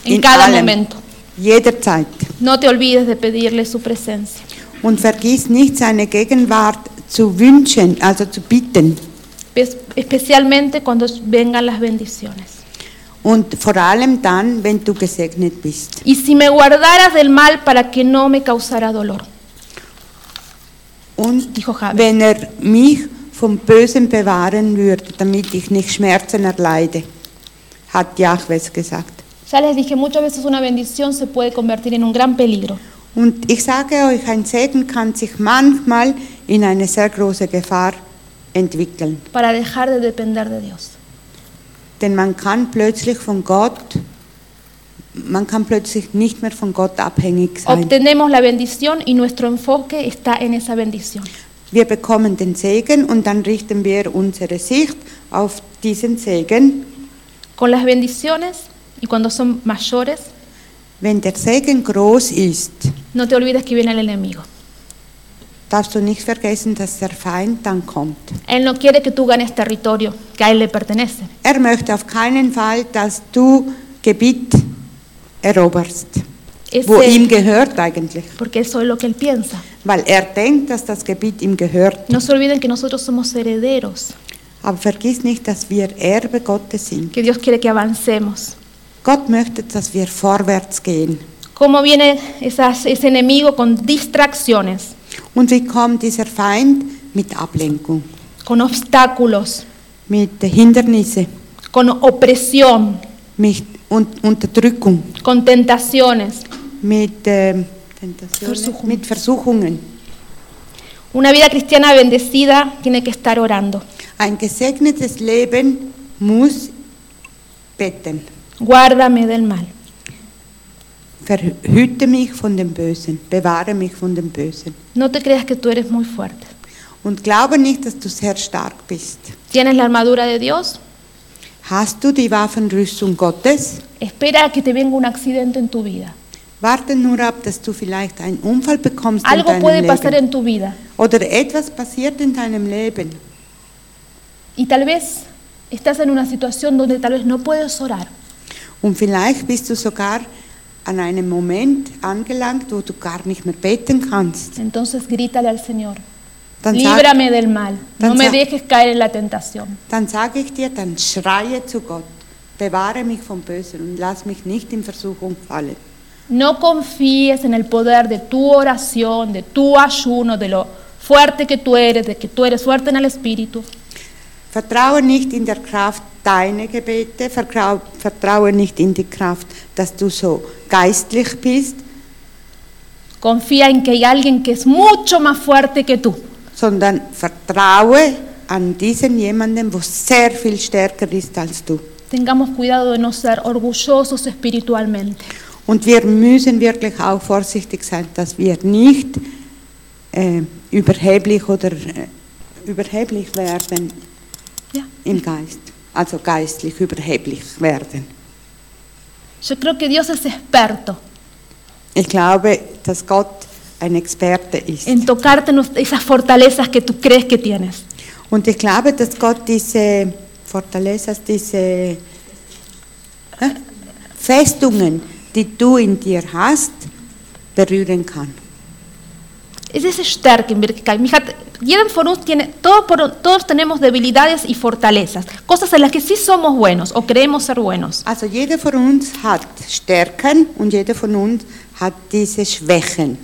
S1: en cada
S2: allem,
S1: momento.
S2: Jederzeit.
S1: No te olvides de pedirle su presencia.
S2: Und vergiss nicht, seine Gegenwart zu wünschen, also zu bitten.
S1: Espe- especialmente cuando vengan las bendiciones.
S2: Und vor allem dann, wenn du gesegnet bist.
S1: Y si me guardaras del mal para que no me causara dolor,
S2: Und
S1: dijo Jabe.
S2: wenn er mich vom Bösen bewahren würde, damit ich nicht Schmerzen erleide, hat Jahwes gesagt.
S1: Ya les dije, muchas veces una bendición se puede convertir en un gran peligro.
S2: Und ich sage euch, ein Segen kann sich manchmal in eine sehr große Gefahr entwickeln.
S1: para dejar de depender de Dios.
S2: Denn man kann plötzlich von Gott, man kann plötzlich nicht mehr von Gott abhängig sein.
S1: Obtenemos la bendición y nuestro enfoque está en esa bendición.
S2: Wir bekommen den Segen und dann richten wir unsere Sicht auf diesen Segen.
S1: Con las bendiciones y cuando son mayores,
S2: Wenn der Segen groß ist,
S1: no te olvides que viene el enemigo.
S2: darfst du nicht vergessen, dass der Feind dann kommt.
S1: Él no quiere que tú ganes territorio que a él le pertenece.
S2: Er möchte auf keinen Fall, dass du Gebiet eroberst, wo ihm
S1: Ese,
S2: gehört eigentlich,
S1: porque eso es lo que él piensa.
S2: weil er denkt, dass das Gebiet ihm gehört.
S1: No se olviden que nosotros somos herederos,
S2: Aber vergiss nicht, dass wir Erbe Gottes sind.
S1: que Dios quiere que avancemos.
S2: Gott möchte, dass wir vorwärts gehen.
S1: ¿Cómo viene esas- ese enemigo con distracciones,
S2: Und wie kommt dieser Feind? Mit Ablenkung,
S1: con obstáculos,
S2: mit Hindernissen.
S1: con opresión,
S2: mit Un- Unterdrückung,
S1: con tentaciones?
S2: mit, ähm, Tentationen,
S1: Versuchung.
S2: mit Versuchungen.
S1: Una vida cristiana bendecida tiene que estar orando.
S2: Ein gesegnetes Leben muss beten.
S1: Guárdame del mal.
S2: Verhüte mich von dem Bösen, bewahre mich von dem Bösen.
S1: No te creas que tú eres muy fuerte.
S2: Und glaube nicht, dass du sehr stark bist.
S1: ¿Tienes la armadura de Dios?
S2: Hast du die Waffenrüstung Gottes?
S1: Espera a que te venga un accidente en tu vida.
S2: Warte nur ab, dass du vielleicht einen Unfall bekommst in
S1: Algo
S2: deinem
S1: puede
S2: Leben.
S1: pasar en tu vida
S2: Oder etwas passiert in deinem Leben.
S1: y tal vez estás en una situación donde tal vez no puedes orar.
S2: Und vielleicht bist du sogar an einem Moment angelangt, wo du gar nicht mehr beten kannst.
S1: Entonces grítale al Señor.
S2: Dann, sag,
S1: Líbrame del mal. No
S2: Tan
S1: me
S2: sa-
S1: dejes caer en la tentación.
S2: dann sage ich dir, dann schreie zu Gott, bewahre mich vom Bösen und lass mich nicht in Versuchung fallen.
S1: No confíes en el poder de tu oración, de tu ayuno, de lo fuerte que tú eres, de que tú eres fuerte en el espíritu.
S2: Vertraue nicht in der Kraft deiner Gebete, vertrau- vertraue nicht in die Kraft, dass du so geistlich bist,
S1: Confía en que hay alguien que es mucho más fuerte que tú.
S2: sondern vertraue an diesen jemanden, wo sehr viel stärker ist als du.
S1: Tengamos cuidado de no ser orgullosos espiritualmente.
S2: Und wir müssen wirklich auch vorsichtig sein, dass wir nicht äh, überheblich oder äh, überheblich werden
S1: Ja.
S2: im Geist, also geistlich überheblich werden.
S1: Yo creo que Dios es experto
S2: Ich glaube, dass Gott ein Experte ist.
S1: en tocarte nos- esas fortalezas que tú crees que tienes.
S2: Und ich glaube, dass Gott diese Fortalezas, diese äh, hä? Festungen, die du in dir hast, berühren kann.
S1: Ese es Stark en Birkekai. Fíjate, Jeden por un- tiene, todo por- todos tenemos debilidades y fortalezas, cosas en las que sí somos buenos o creemos ser buenos.
S2: Also jeder von uns hat Stärken und jeder von uns hat diese Schwächen.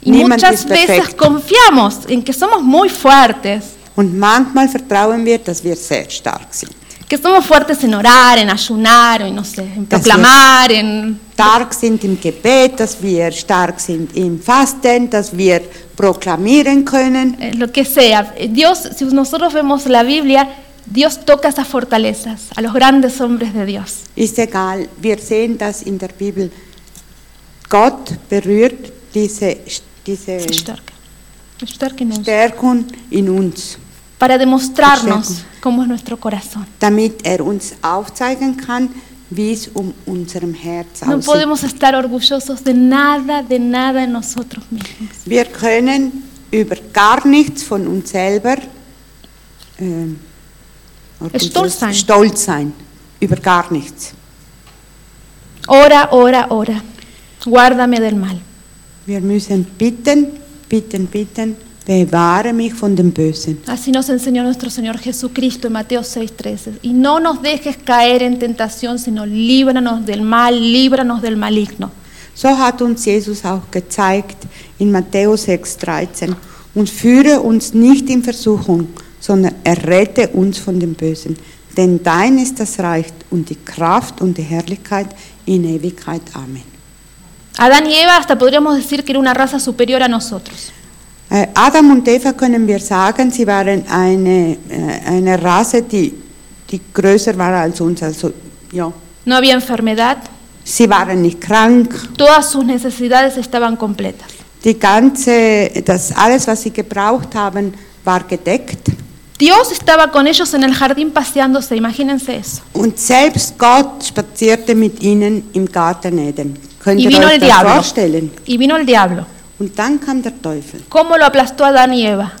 S1: Y
S2: Niemand
S1: muchas
S2: ist
S1: veces
S2: perfekt.
S1: confiamos en que somos muy fuertes,
S2: Und manchmal vertrauen wir, dass wir sehr stark sind.
S1: que somos fuertes en orar, en ayunar, en, no sé, en
S2: Así es.
S1: proclamar, en
S2: stark sind im Gebet, dass wir stark sind im Fasten, dass wir proklamieren können.
S1: eh, lo que sea. Eh, Dios, si nosotros vemos la Biblia, Dios toca esas fortalezas a los grandes hombres de Dios.
S2: Ist egal, wir sehen das in der Bibel. Gott berührt diese, diese
S1: Se esterca. Estérquenos.
S2: Stärkung in uns,
S1: Para demostrarnos
S2: Esterco.
S1: cómo es nuestro corazón.
S2: damit er uns aufzeigen kann, wie es um unserem Herz
S1: No
S2: aussieht.
S1: podemos estar orgullosos de nada, de nada en nosotros mismos.
S2: Wir können über gar nichts von uns selber ähm,
S1: Stolz sein.
S2: stolz sein. Über gar nichts.
S1: Ora, ora, ora. Guárdame del mal.
S2: Wir müssen bitten, bitten, bitten, bewahre mich von dem Bösen.
S1: Así nos enseñó nuestro Señor Jesucristo en Mateo 6:13. Y no nos dejes caer en tentación, sino líbranos del mal, líbranos del maligno.
S2: So hat uns Jesus auch gezeigt in Matthäus 6,13. Und führe uns nicht in Versuchung, sondern errette uns von dem Bösen. Denn dein ist das Reich und die Kraft und die Herrlichkeit in Ewigkeit. Amen.
S1: Adán y Eva hasta podríamos decir que era una raza superior a nosotros.
S2: Äh, Adam und Eva können wir sagen, sie waren eine, äh, eine Rasse, die, die größer war als uns. Also, ja.
S1: No había enfermedad,
S2: Sie waren nicht krank,
S1: todas sus necesidades estaban completas.
S2: Die ganze, das alles, was sie gebraucht haben, war gedeckt.
S1: Dios estaba con ellos en el jardín paseándose, imagínense eso.
S2: Und selbst Gott spazierte mit ihnen im Garten Eden. Könnt
S1: Y
S2: ihr
S1: vino
S2: euch
S1: el
S2: das
S1: diablo.
S2: vorstellen?
S1: Y vino el diablo.
S2: Und dann kam der Teufel.
S1: ¿Cómo lo aplastó Adán y Eva?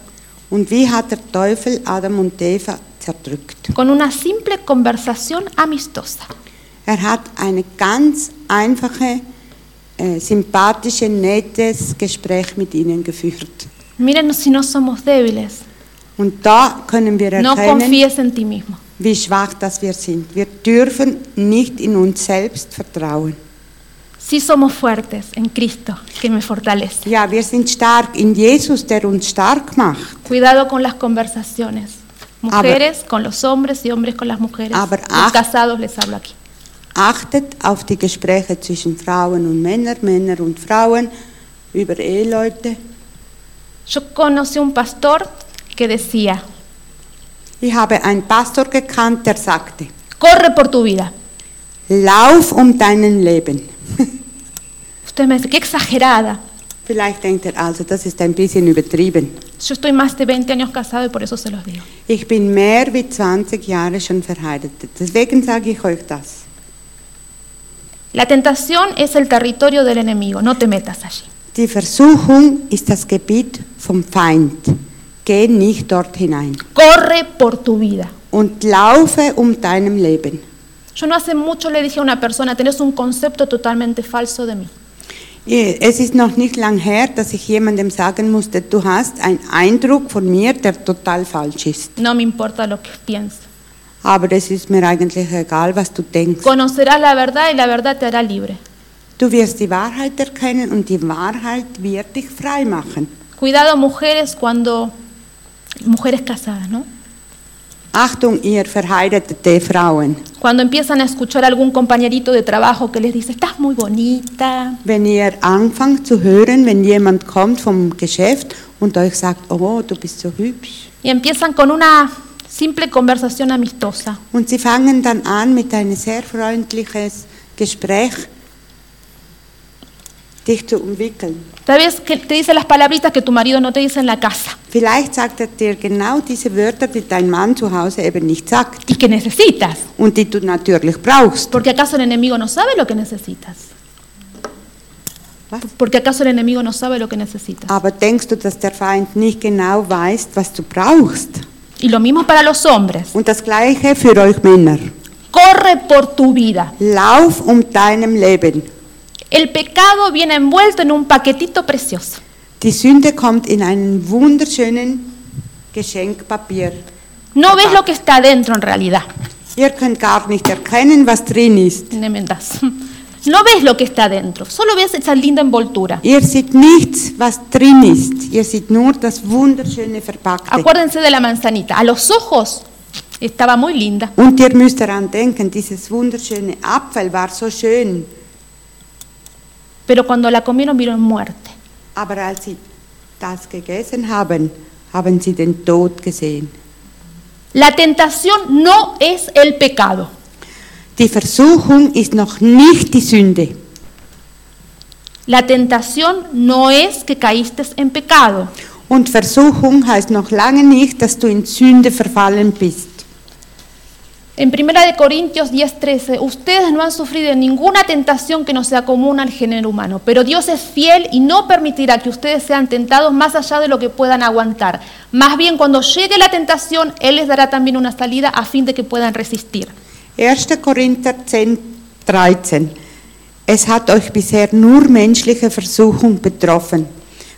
S2: Und wie hat der Teufel Adam und Eva zerdrückt?
S1: Con una simple conversación amistosa.
S2: Er hat eine ganz einfache, äh, sympathische, nettes Gespräch mit ihnen geführt.
S1: Miren si no somos débiles.
S2: Und da können wir
S1: No
S2: erkennen,
S1: confíes en ti mismo.
S2: wie schwach das wir sind. Wir dürfen nicht in uns selbst vertrauen.
S1: Sí somos fuertes en Cristo, que me fortalece.
S2: Ja, wir sind stark in Jesus, der uns stark macht.
S1: Cuidado con las conversaciones. Mujeres con los hombres y hombres con las mujeres.
S2: Aber
S1: Los
S2: ach-
S1: casados les hablo aquí.
S2: Achtet auf die Gespräche zwischen Frauen und Männern, Männer und Frauen, über Eheleute.
S1: Yo conocí un pastor que decía,
S2: Ich habe einen Pastor gekannt, der sagte,
S1: corre por tu vida.
S2: lauf um deinen Leben.
S1: Usted me dice, qué exagerada.
S2: Vielleicht denkt er also, das ist ein bisschen übertrieben.
S1: Yo estoy más de 20 años casado y por eso se los digo.
S2: Ich bin mehr wie 20 Jahre schon verheiratet, deswegen sage ich euch das.
S1: La tentación es el territorio del enemigo, no te metas allí.
S2: Die Versuchung ist das Gebiet vom Feind. Geh nicht dort hinein
S1: Corre por tu vida.
S2: und laufe um deinem Leben.
S1: Yo no hace mucho le dije a una persona, tenés un concepto totalmente falso de mí.
S2: Es ist noch nicht lang her, dass ich jemandem sagen musste, du hast einen Eindruck von mir, der total falsch ist.
S1: No me importa lo que piense.
S2: Aber es ist mir eigentlich egal, was du denkst.
S1: Conocerás la verdad y la verdad te hará libre.
S2: Du wirst die Wahrheit erkennen und die Wahrheit wird dich frei machen.
S1: Cuidado mujeres cuando... Mujeres casadas, ¿no?
S2: Achtung, ihr verheiratete Frauen.
S1: Cuando empiezan a escuchar a algún compañerito de trabajo que les dice, estás muy bonita,
S2: Wenn ihr anfangt zu hören, wenn jemand kommt vom Geschäft und euch sagt, oh, du bist so hübsch.
S1: y empiezan con una simple conversación amistosa.
S2: Und sie fangen dann an mit einem sehr freundlichen Gespräch. dich zu umwickeln.
S1: Tal vez que te dice las palabritas que tu marido no te dice en la casa
S2: Vielleicht sagt er dir genau diese Wörter, die dein Mann zu Hause eben nicht sagt
S1: y que necesitas.
S2: und die du natürlich brauchst.
S1: Porque acaso el enemigo no sabe lo que necesitas.
S2: Was?
S1: Porque acaso el enemigo no sabe lo que necesitas.
S2: Aber denkst du, dass der Feind nicht genau weiß, was du brauchst?
S1: Y lo mismo para los hombres.
S2: Und das Gleiche für euch Männer.
S1: Corre por tu vida.
S2: Lauf um deinem Leben.
S1: El pecado viene envuelto en un paquetito precioso.
S2: Die Sünde kommt in einen wunderschönen Geschenkpapier.
S1: No ves lo que está dentro en realidad.
S2: Ihr könnt gar nicht erkennen, was drin ist.
S1: Me mentás. No ves lo que está dentro, solo ves esa linda envoltura.
S2: Ihr seht nichts, was drin ist. Ihr seht nur das wunderschöne Verpackte.
S1: Acuérdense de la manzanita. A los ojos estaba muy linda,
S2: Und ihr müsst daran denken, dieses wunderschöne Apfel war so schön,
S1: pero cuando la comieron vieron muerte.
S2: aber als sie das gegessen haben, haben sie den Tod gesehen.
S1: La tentación no es el pecado.
S2: Die Versuchung ist noch nicht die Sünde.
S1: La tentación no es que caíste en pecado.
S2: Und Versuchung heißt noch lange nicht, dass du in Sünde verfallen bist.
S1: En 1 de Corintios 10:13, ustedes no han sufrido ninguna tentación que no sea común al género humano, pero Dios es fiel y no permitirá que ustedes sean tentados más allá de lo que puedan aguantar. Más bien, cuando llegue la tentación, Él les dará también una salida a fin de que puedan resistir.
S2: 1. Korinther 10, 13. Es hat euch bisher nur menschliche Versuchung betroffen.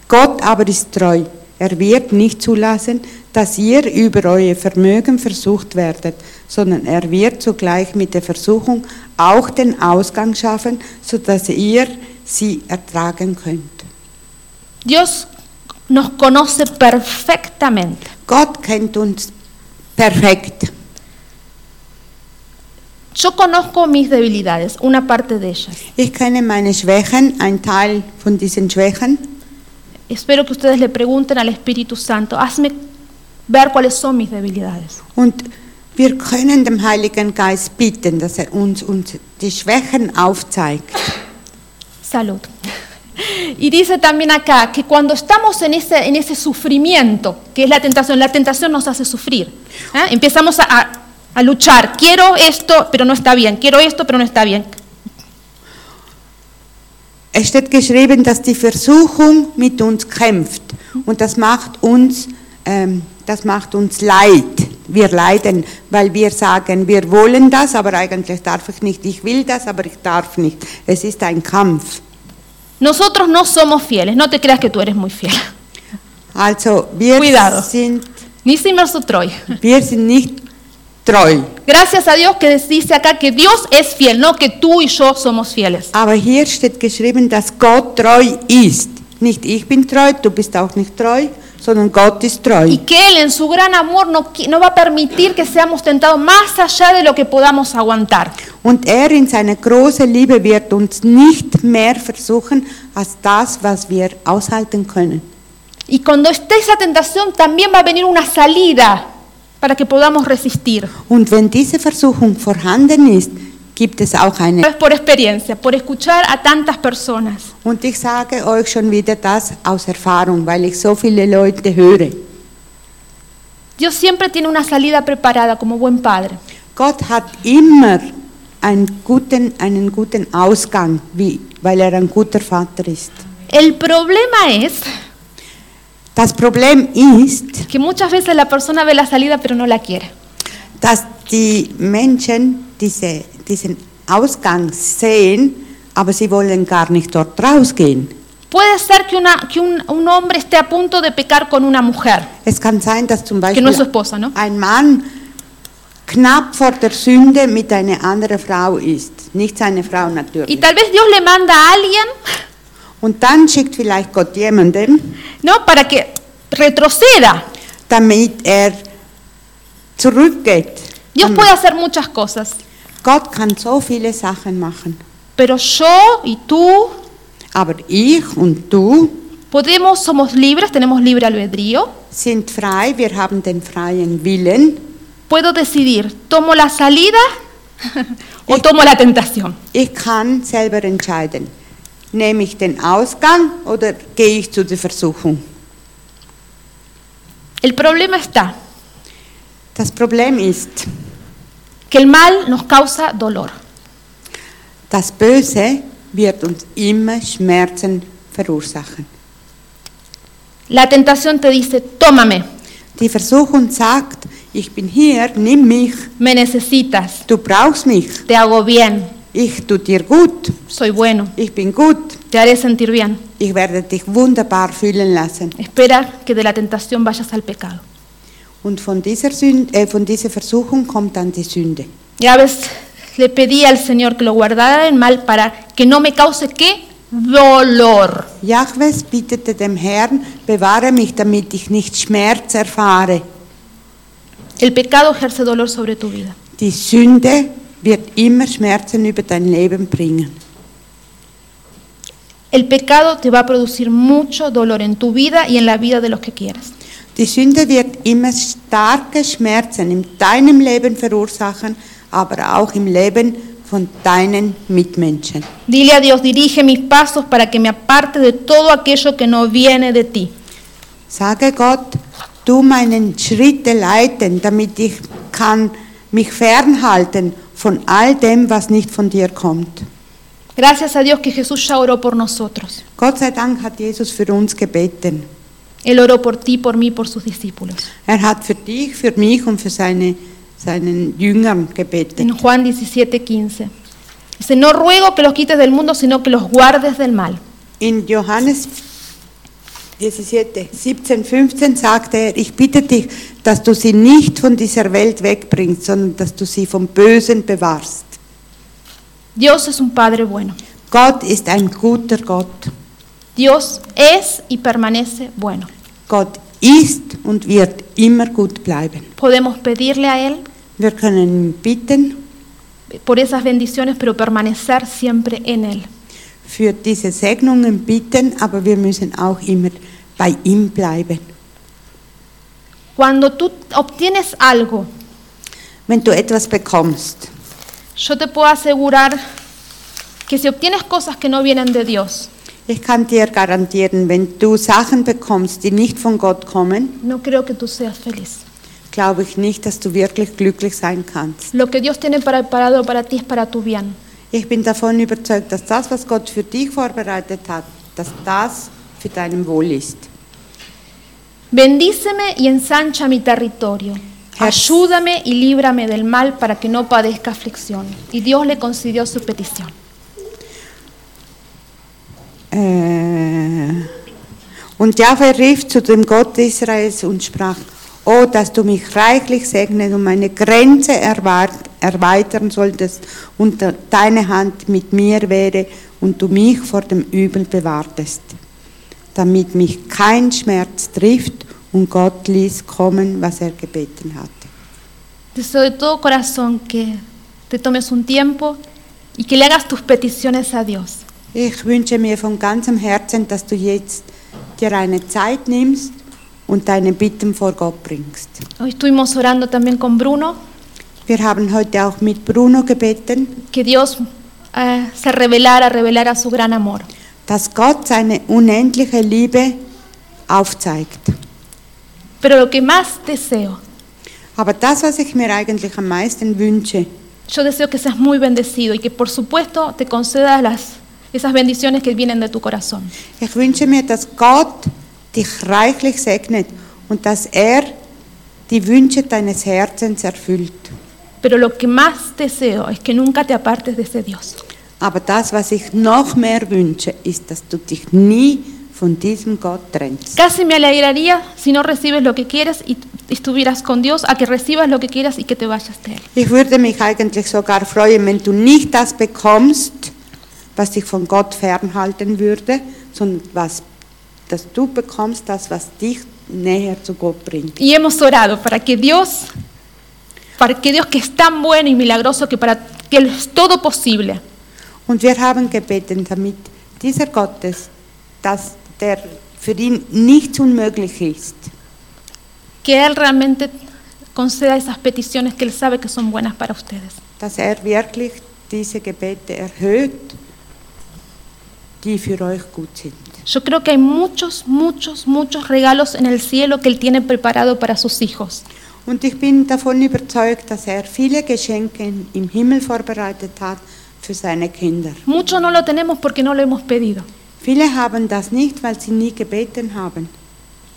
S2: Gott aber ist treu. Er wird nicht zulassen, dass ihr über euer Vermögen versucht werdet, sondern er wird zugleich mit der Versuchung auch den Ausgang schaffen, sodass ihr sie ertragen könnt.
S1: Dios nos conoce perfectamente.
S2: Gott kennt uns perfekt.
S1: Yo conozco mis debilidades, una parte de ellas.
S2: Ich kenne meine Schwächen, ein Teil von diesen Schwächen.
S1: Espero que ustedes le pregunten al Espíritu Santo, hazme ver cuáles son mis debilidades.
S2: Und wir können dem Heiligen Geist bitten, dass er uns, uns die Schwächen aufzeigt.
S1: Salud. Y dice también acá que cuando estamos en ese, en ese sufrimiento, que es la tentación, la tentación nos hace sufrir. ¿eh? Empezamos a, a- a luchar, quiero esto, pero no está bien, quiero esto, pero no está bien.
S2: Es steht geschrieben, dass die Versuchung mit uns kämpft. Und das macht uns, ähm, das macht uns leid. Wir leiden, weil wir sagen, wir wollen das, aber eigentlich darf ich nicht. Ich will das, aber ich darf nicht. Es ist ein Kampf.
S1: Nosotros no somos fieles, no te creas que tú eres muy fiel.
S2: Also wir
S1: Cuidado.
S2: sind,
S1: Ni Simmer Sutroy.
S2: wir sind nicht treu.
S1: Gracias a Dios que dice acá que Dios es fiel, no que tú y yo somos fieles.
S2: Aber hier steht geschrieben, dass Gott treu ist. Nicht ich bin treu, du bist auch nicht treu, sondern Gott ist treu.
S1: Y que Él en su gran amor no, qui- no va a permitir que seamos tentados más allá de lo que podamos aguantar.
S2: Und er in seiner großen Liebe wird uns nicht mehr versuchen als das, was wir aushalten können.
S1: Y cuando esté esa tentación también va a venir una salida para que podamos resistir.
S2: Und wenn diese Versuchung vorhanden ist, gibt es auch
S1: No
S2: eine.
S1: es por experiencia, por escuchar a tantas personas.
S2: Und ich sage euch schon wieder das aus Erfahrung, weil ich so viele Leute höre.
S1: Dios siempre tiene una salida preparada como buen padre.
S2: Gott hat immer einen guten, einen guten Ausgang, wie, weil er ein guter Vater ist.
S1: El problema es
S2: Das Problem ist,
S1: que muchas veces la persona ve la salida pero no la quiere.
S2: dass die Menschen diese, diesen Ausgang sehen, aber sie wollen gar nicht dort rausgehen.
S1: Puede ser que, una- que un, un hombre esté a punto de pecar con una mujer.
S2: Es kann sein, dass zum Beispiel
S1: no es su esposa, no?
S2: ein Mann knapp vor der Sünde mit einer anderen Frau ist, nicht seine Frau
S1: Y
S2: natürlich.
S1: tal vez Dios le manda a alguien,
S2: Und dann schickt vielleicht Gott jemanden,
S1: ¿no? Para que retroceda.
S2: damit er zurückgeht.
S1: Dios puede hacer muchas cosas,
S2: Gott kann so viele Sachen machen,
S1: pero yo y tú
S2: aber ich und du
S1: Podemos, somos libres, tenemos libre albedrío.
S2: sind frei, wir haben den freien Willen.
S1: Puedo decidir, tomo la salida o tomo la tentación.
S2: Ich kann selber entscheiden. Nehme ich den Ausgang oder gehe ich zu der Versuchung?
S1: El problema está
S2: Das Problem ist,
S1: que el mal nos causa dolor.
S2: das Böse wird uns immer Schmerzen verursachen.
S1: La tentación te dice, tómame,
S2: Die Versuchung sagt, ich bin hier, nimm mich,
S1: me necesitas,
S2: du brauchst mich,
S1: te hago bien,
S2: ich tu dir gut,
S1: soy bueno,
S2: ich bin gut,
S1: te haré sentir bien.
S2: ich werde dich wunderbar fühlen lassen.
S1: Espera que de la tentación vayas al pecado.
S2: Und von dieser, Sünde, äh, von dieser Versuchung kommt dann die Sünde.
S1: Ya ves, le pedí al Señor que lo guardara del mal para que no me cause qué dolor.
S2: Jahwes bittete dem Herrn, bewahre mich, damit ich nicht Schmerz erfahre.
S1: El pecado ejerce dolor sobre tu vida.
S2: Die Sünde wird immer Schmerzen über dein Leben bringen.
S1: El pecado te va a producir mucho dolor en tu vida y en la vida de los que quieras.
S2: Die Sünde wird immer starke Schmerzen in deinem Leben verursachen, aber auch im Leben von deinen Mitmenschen.
S1: Dile a Dios, dirige mis pasos para que me aparte de todo aquello que no viene de ti.
S2: Sage Gott, du meinen Schritte leiten, damit ich kann mich fernhalten von all dem, was nicht von dir kommt.
S1: Gracias a Dios que Jesús ya oró por nosotros.
S2: Gott sei Dank hat Jesus für uns gebeten.
S1: Él oró por ti, por mí, por sus discípulos.
S2: Er hat für dich, für mich und für seine, seinen Jüngern
S1: En
S2: gebetet.
S1: Juan 17, 15. Dice, no ruego que los quites del mundo, sino que los guardes del mal.
S2: In Johannes 17, 17, 15 sagte er, ich bitte dich, dass du sie nicht von dieser Welt wegbringst, sondern dass du sie vom Bösen bewahrst.
S1: Dios es un Padre bueno.
S2: Gott ist ein guter Gott.
S1: Dios es y permanece bueno.
S2: Gott ist und wird immer gut bleiben.
S1: Podemos pedirle a Él
S2: Wir können ihn bitten
S1: por esas bendiciones, pero permanecer siempre en Él.
S2: für diese Segnungen bitten, aber wir müssen auch immer bei ihm bleiben.
S1: Cuando tú obtienes algo,
S2: Wenn du etwas bekommst,
S1: yo te puedo asegurar que si obtienes cosas que no vienen de Dios,
S2: ich kann dir garantieren, wenn du Sachen bekommst, die nicht von Gott kommen,
S1: no creo que tú seas feliz.
S2: glaube ich nicht, dass du wirklich glücklich sein kannst.
S1: Lo que Dios tiene preparado para ti es para tu bien.
S2: Ich bin davon überzeugt, dass das, was Gott für dich vorbereitet hat, dass das für dein Wohl ist.
S1: Bendíceme y ensancha mi territorio. Ayúdame y líbrame del mal para que no padezca aflicción. Y Dios le concedió su petición.
S2: Äh, Und Jahwe rief zu dem Gott Israels und sprach, O, dass du mich reichlich segnen und meine Grenze erwar- erweitern solltest und de- deine Hand mit mir wäre und du mich vor dem Übel bewahrtest, damit mich kein Schmerz trifft und Gott ließ kommen, was er gebeten hatte.
S1: Deseo de todo corazón que te tomes un tiempo y que le hagas tus peticiones a Dios.
S2: Ich wünsche mir von ganzem Herzen, dass du jetzt dir eine Zeit nimmst und deine Bitten vor Gott bringst.
S1: Hoy estuvimos orando también con Bruno,
S2: Wir haben heute auch mit Bruno gebeten,
S1: que Dios eh, se revelara, revelara su gran amor.
S2: dass Gott seine unendliche Liebe aufzeigt.
S1: Pero lo que más deseo,
S2: Aber das, was ich mir eigentlich am meisten wünsche,
S1: yo deseo que seas muy bendecido y que por supuesto te concedas las, esas bendiciones que vienen de tu corazón.
S2: ich wünsche mir, dass Gott dich reichlich segnet und dass er die Wünsche deines Herzens erfüllt.
S1: Pero lo que más deseo es que nunca te apartes de ese Dios.
S2: Aber das, was ich noch mehr wünsche, ist, dass du dich nie von diesem Gott trennst.
S1: Casi me alegraría si no recibes lo que quieres y estuvieras con Dios a que recibas lo que quieras y que te vayas de Él.
S2: Ich würde mich eigentlich sogar freuen, wenn du nicht das bekommst, was dich von Gott fernhalten würde, sondern was, dass du bekommst, das, was dich näher zu Gott bringt.
S1: Y hemos orado para que Dios, para que Dios que es tan bueno y milagroso, que para que Él es todo posible,
S2: Und wir haben gebeten, damit dieser Gottes, dass der für ihn nichts unmöglich ist,
S1: que Él realmente conceda esas peticiones que Él sabe que son buenas para ustedes.
S2: dass er wirklich diese Gebete erhöht die für euch gut sind.
S1: Yo creo que hay muchos, muchos, muchos regalos en el cielo que Él tiene preparado para sus hijos.
S2: Und ich bin davon überzeugt, dass er viele Geschenke im Himmel vorbereitet hat für seine Kinder.
S1: Muchos no lo tenemos porque no lo hemos pedido
S2: Viele haben das nicht, weil sie nie gebeten haben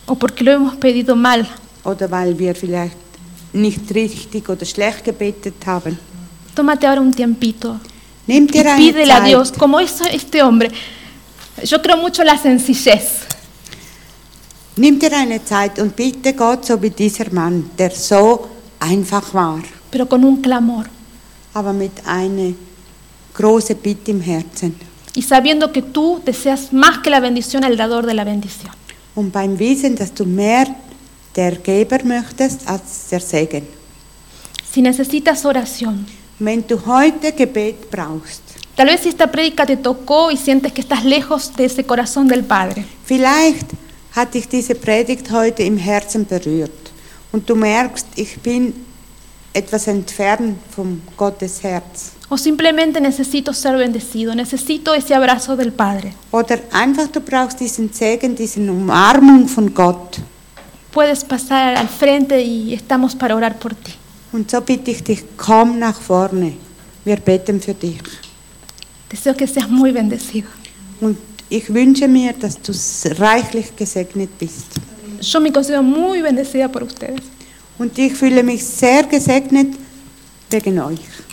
S1: o porque lo hemos pedido mal.
S2: oder weil wir vielleicht nicht richtig oder schlecht gebetet haben.
S1: Tómate ahora un tiempito
S2: Nehmt
S1: y
S2: dir eine
S1: pídele a Dios,
S2: Zeit.
S1: como hizo este hombre. Yo creo mucho en la sencillez.
S2: Nimm dir eine Zeit und bitte Gott so wie dieser Mann, der so einfach war,
S1: pero con un clamor
S2: aber mit einer großen Bitte im Herzen.
S1: y sabiendo que tú deseas más que la bendición al dador de la bendición.
S2: Und beim Wissen, dass du mehr der Geber möchtest als der Segen.
S1: Si necesitas oración,
S2: Wenn du heute Gebet brauchst,
S1: tal vez si esta prédica te tocó y sientes que estás lejos de ese corazón del Padre,
S2: vielleicht hat dich diese Predigt heute im Herzen berührt und du merkst, ich bin etwas entfernt vom Gottes Herz.
S1: o simplemente necesito ser bendecido, necesito ese abrazo del Padre,
S2: Oder einfach du brauchst diesen Segen, diesen Umarmung von Gott.
S1: puedes pasar al frente y estamos para orar por ti.
S2: Und so bitte ich dich, komm nach vorne. Wir beten für dich.
S1: Deseo que seas muy bendecido.
S2: Und ich wünsche mir, dass du reichlich gesegnet bist.
S1: Yo me considero muy bendecida por ustedes.
S2: Und ich fühle mich sehr gesegnet wegen euch.